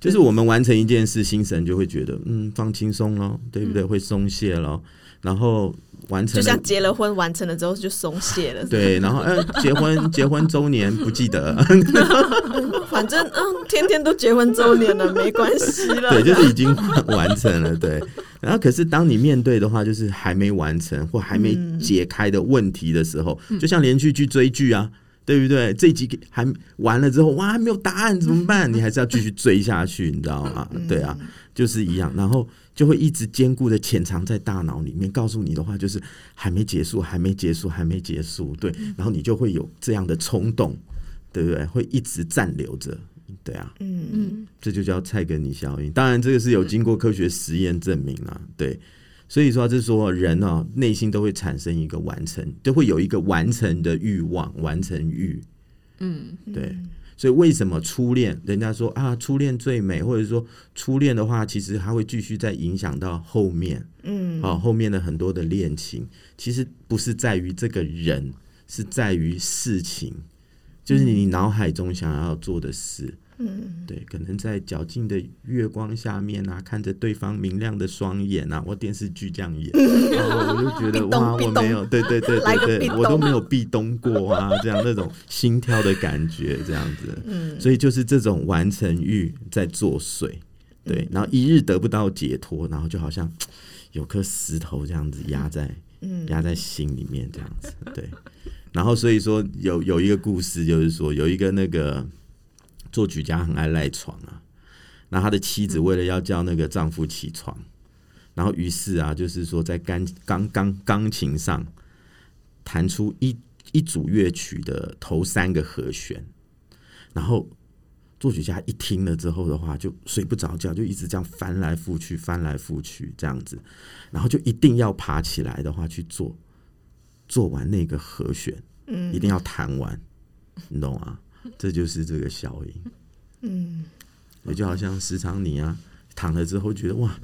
Speaker 2: 就是我们完成一件事，心神就会觉得嗯放轻松咯，对不对？会松懈咯，然后完
Speaker 1: 嗯就
Speaker 2: 成了
Speaker 1: 像结了婚完成了之后就松懈了，
Speaker 2: 对，然后呃结婚 结婚周年不记得，
Speaker 1: 反正嗯，天天都结婚周年了，没关系了，
Speaker 2: 对，就是已经完 完成了，对。然后，可是当你面对的话，就是还没完成或还没解开的问题的时候，就像连续剧追剧啊，对不对？这一集还完了之后，哇，还没有答案怎么办？你还是要继续追下去，你知道吗？对啊，就是一样，然后就会一直坚固的潜藏在大脑里面，告诉你的话就是还没结束，还没结束，还没结束，对。然后你就会有这样的冲动，对不对？会一直暂留着，对啊。
Speaker 1: 嗯，
Speaker 2: 这就叫菜根尼效应。当然，这个是有经过科学实验证明啦、对，所以说就是说人啊，内心都会产生一个完成，都会有一个完成的欲望、完成欲。
Speaker 3: 嗯，
Speaker 2: 对，所以为什么初恋，人家说啊，初恋最美，或者说初恋的话，其实它会继续再影响到后面，嗯，啊，后面的很多的恋情，其实不是在于这个人，是在于事情，就是你脑海中想要做的事。嗯，对，可能在皎净的月光下面啊，看着对方明亮的双眼啊，我电视剧 这样演，然后我就觉得
Speaker 1: 壁咚
Speaker 2: 哇，
Speaker 1: 壁
Speaker 2: 我
Speaker 1: 咚
Speaker 2: 没 有，对对对
Speaker 1: 来个
Speaker 2: 对
Speaker 1: 壁
Speaker 2: 对，
Speaker 1: 咚
Speaker 2: 我都没有壁咚过啊，这样那种心跳的感觉，这样子，嗯，所以就是这种完成欲在作祟，
Speaker 1: 嗯
Speaker 2: 对，然后一日得不到解脱，然后就好像有颗石头这样子压在，
Speaker 1: 嗯
Speaker 2: 压在心里面这样子，对，然后所以说有有一个故事，就是说有一个那个作曲家很爱赖床啊，那他的妻子为了要叫那个丈夫起床，然后于是啊，就是说在钢钢钢钢琴上弹出一一组乐曲的头三个和弦，然后作曲家一听了之后的话，就睡不着觉，就一直这样翻来覆去，翻来覆去这样子，然后就一定要爬起来的话去做，做完那个和弦，嗯，一定要弹完，你懂吗？这就是这个效应，嗯，也就好像时常你啊躺了之后觉得哇，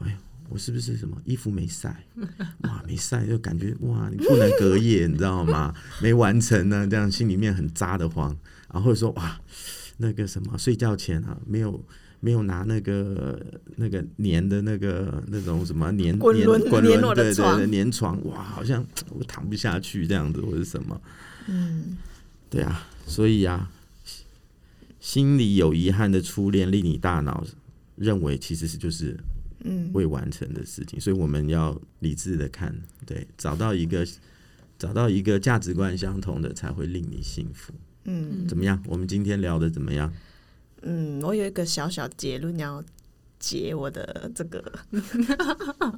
Speaker 2: 哎呀，我是不是什么衣服没晒？ 哇，没晒就感觉哇，你不能隔夜，你知道吗？ 没完成呢，这样心里面很扎的慌。然后说哇，那个什么睡觉前啊，没有没有拿那个那个粘的那个那种什么粘
Speaker 1: 滚轮
Speaker 2: 粘滚
Speaker 1: 粘
Speaker 2: 轮
Speaker 1: 我的
Speaker 2: 对对
Speaker 1: 床
Speaker 2: 对粘床，哇，好像我躺不下去这样子或者什么，嗯，对啊，所以啊，心里有遗憾的初恋，令你大脑认为其实是就是嗯未完成的事情，所以我们要理智的看，对，找到一个找到一个价值观相同的，才会令你幸福。嗯，怎么样？我们今天聊的怎么样？
Speaker 1: 嗯，我有一个小小结论要结我的这个，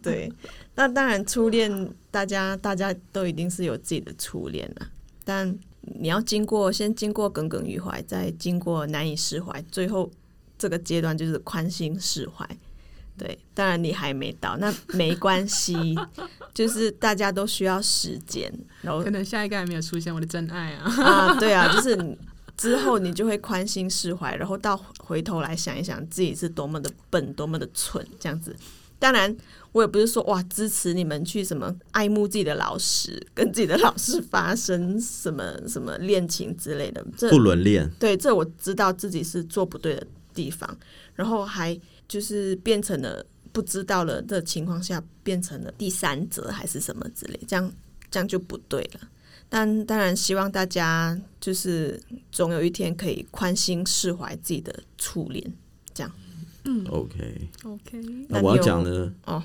Speaker 1: 对，那当然初恋，大家大家都一定是有自己的初恋了，但你要经过先经过耿耿于怀，再经过难以释怀，最后这个阶段就是宽心释怀。对，当然你还没到，那没关系， 就是大家都需要时间，然后
Speaker 3: 可能下一个还没有出现我的真爱 啊。
Speaker 1: 啊，对啊，就是你之后你就会宽心释怀，然后到回头来想一想自己是多么的笨，多么的蠢这样子。当然，我也不是说哇支持你们去什么爱慕自己的老师，跟自己的老师发生什么什么恋情之类的，这
Speaker 2: 不伦恋，
Speaker 1: 对，这我知道自己是做不对的地方，然后还就是变成了不知道了的情况下，变成了第三者还是什么之类，这样这样就不对了。但当然，希望大家就是总有一天可以宽心释怀自己的初恋。
Speaker 2: OK，
Speaker 3: OK，
Speaker 2: 那
Speaker 1: 嗯那
Speaker 2: 我
Speaker 1: 你
Speaker 2: 要
Speaker 1: 有
Speaker 2: 讲的，
Speaker 1: 哦，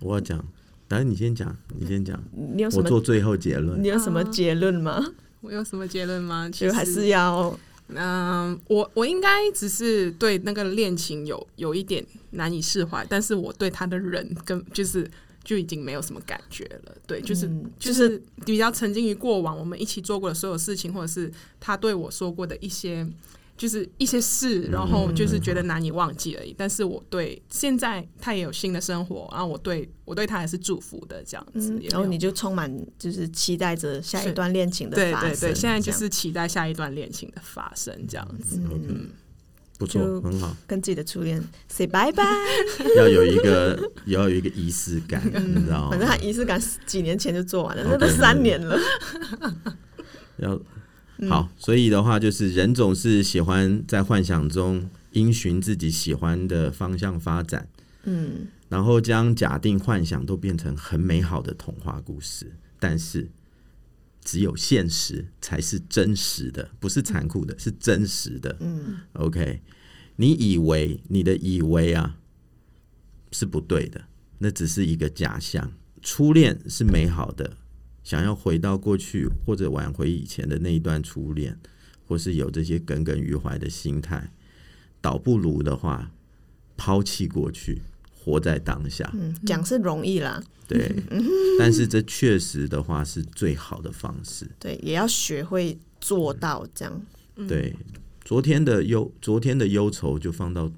Speaker 2: 我要讲，来你先讲，你先讲，
Speaker 1: 你有什
Speaker 2: 我做
Speaker 1: 么
Speaker 2: 最后结论
Speaker 1: 你。有什
Speaker 3: 啊
Speaker 1: 么结论吗？
Speaker 3: 我有什么结论吗？其
Speaker 1: 就
Speaker 3: 实
Speaker 1: 还是要
Speaker 3: 嗯，我我应该只是对那个恋情有有一点难以释怀，但是我对他的人跟就是就已经没有什么感觉了。对，就是、
Speaker 1: 嗯
Speaker 3: 就
Speaker 1: 就是
Speaker 3: 是比较沉浸于过往我们一起做过的所有事情，或者是他对我说过的一些就是一些事，
Speaker 1: 嗯
Speaker 3: 然后就是觉得难以忘记而已。但是我对现在他也有新的生活，然后我对我对他也是祝福的这样子。
Speaker 1: 嗯，
Speaker 3: 也
Speaker 1: 然后
Speaker 3: 没有
Speaker 1: 你就充满就是期待着下一
Speaker 3: 是
Speaker 1: 段恋情的
Speaker 3: 对
Speaker 1: 发生。
Speaker 3: 对对，现在就
Speaker 1: 这样
Speaker 3: 是期待下一段恋情的发生这样子。
Speaker 2: OK，不
Speaker 1: 嗯
Speaker 2: 错，
Speaker 1: 就
Speaker 2: 很好，
Speaker 1: 跟自己的初恋 say 拜拜，
Speaker 2: 要有一个 要有一个仪式感，你知道
Speaker 1: 嗯反正他
Speaker 2: 吗？
Speaker 1: 仪式感几年前就做完了，那
Speaker 2: 哦 OK
Speaker 1: 都三年了。
Speaker 2: 要好，所以的话就是人总是喜欢在幻想中因循自己喜欢的方向发展，
Speaker 1: 嗯，
Speaker 2: 然后将假定幻想都变成很美好的童话故事，但是只有现实才是真实的，不是残酷的，是真实的。嗯，OK，你以为你的以为啊是不对的，那只是一个假象。初恋是美好的，想要回到过去或者挽回以前的那一段初恋，或是有这些耿耿于怀的心态，倒不如的话抛弃过去，活在当下。
Speaker 1: 嗯讲是容易啦，
Speaker 2: 对，但是这确实的话是最好的方式。
Speaker 1: 对，也要学会做到这样。
Speaker 2: 对，昨天的忧，昨天的忧愁就放到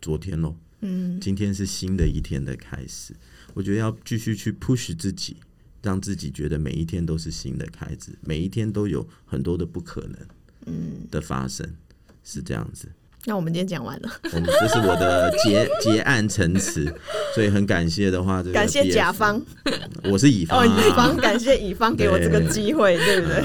Speaker 2: 昨天喽。嗯，今天是新的一天的开始，我觉得要继续去 push 自己，让自己觉得每一天都是新的开始，每一天都有很多的不可能，嗯的发生，是这样子。
Speaker 1: 那我们今天讲完了，
Speaker 2: 我们这是我的结结案陈词，所以很感谢的话，这个
Speaker 1: 感谢
Speaker 2: BF
Speaker 1: 甲，方
Speaker 2: 我是乙方、
Speaker 1: 哦，
Speaker 2: 啊，
Speaker 1: 乙方，感谢乙方给我这个机会，对不对？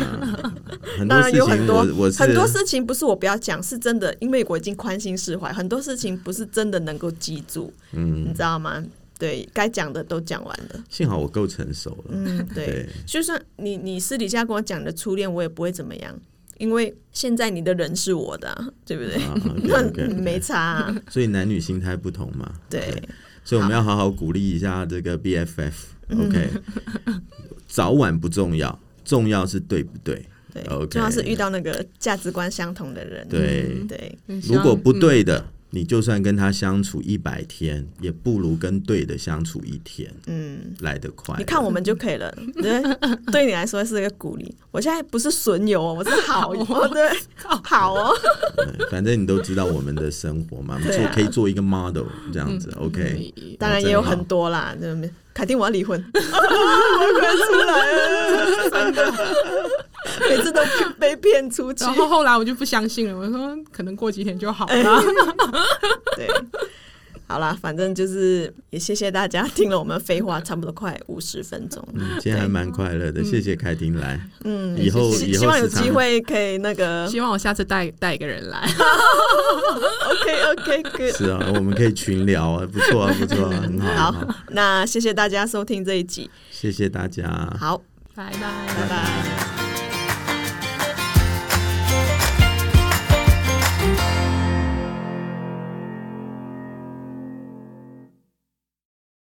Speaker 2: 很
Speaker 1: 当
Speaker 2: 多
Speaker 1: 然
Speaker 2: 事
Speaker 1: 有
Speaker 2: 情
Speaker 1: 很多
Speaker 2: 我我是
Speaker 1: 很多事情不是我不要讲，是真的，因为我已经宽心释怀。很多事情不是真的能够记住，嗯，你知道吗？对该讲的都讲完了，
Speaker 2: 幸好我够成熟了，
Speaker 1: 嗯，对。
Speaker 2: 对，
Speaker 1: 就算你你私底下跟我讲你的初恋，我也不会怎么样，因为现在你的人是我的啊、对不对？
Speaker 2: 啊
Speaker 1: 那
Speaker 2: ，OK，OK，
Speaker 1: 没差、啊，
Speaker 2: 所以男女心态不同嘛，
Speaker 1: 对，
Speaker 2: 所以我们要好好鼓励一下这个 BFF，OK，早晚不重要，重要是对不对？
Speaker 1: 对
Speaker 2: OK
Speaker 1: 重要是遇到那个价值观相同的人，
Speaker 2: 对
Speaker 1: 嗯对，嗯
Speaker 2: 如果不对的，你就算跟他相处一百天，也不如跟对的相处一天
Speaker 1: 嗯。
Speaker 2: 来得快。
Speaker 1: 你看我们就可以了，对，对你来说是一个鼓励。我现在不是损友哦，我是好友，对，好哦，
Speaker 2: 对，反正你都知道我们的生 活嘛，我们
Speaker 1: 对
Speaker 2: 做
Speaker 1: 啊
Speaker 2: 可以做一个 model 这样子，OK。
Speaker 3: 嗯
Speaker 1: 当然
Speaker 2: 真
Speaker 1: 也有
Speaker 2: 好
Speaker 1: 很多啦，对不对？凯蒂，我要离婚，我快出来了，每次都被骗出去
Speaker 3: 然。后后来我就不相信了，我说嗯可能过几天就好了。
Speaker 1: 对，好啦，反正就是也谢谢大家听了我们废话，差不多快五十分钟。
Speaker 2: 嗯今天还蛮快乐的，谢谢凯婷来。
Speaker 1: 嗯，
Speaker 2: 以后
Speaker 1: 希
Speaker 2: 以后
Speaker 1: 希望有
Speaker 2: 时常
Speaker 1: 机会可以那个
Speaker 3: 希望我下次带带一个人来，
Speaker 1: OK OK good。
Speaker 2: 是啊，我们可以群聊啊，不错啊，不错啊，很好，很好
Speaker 1: 好，那谢谢大家收听这一集。
Speaker 2: 谢谢大家。
Speaker 1: 好，
Speaker 3: 拜拜
Speaker 1: 拜拜。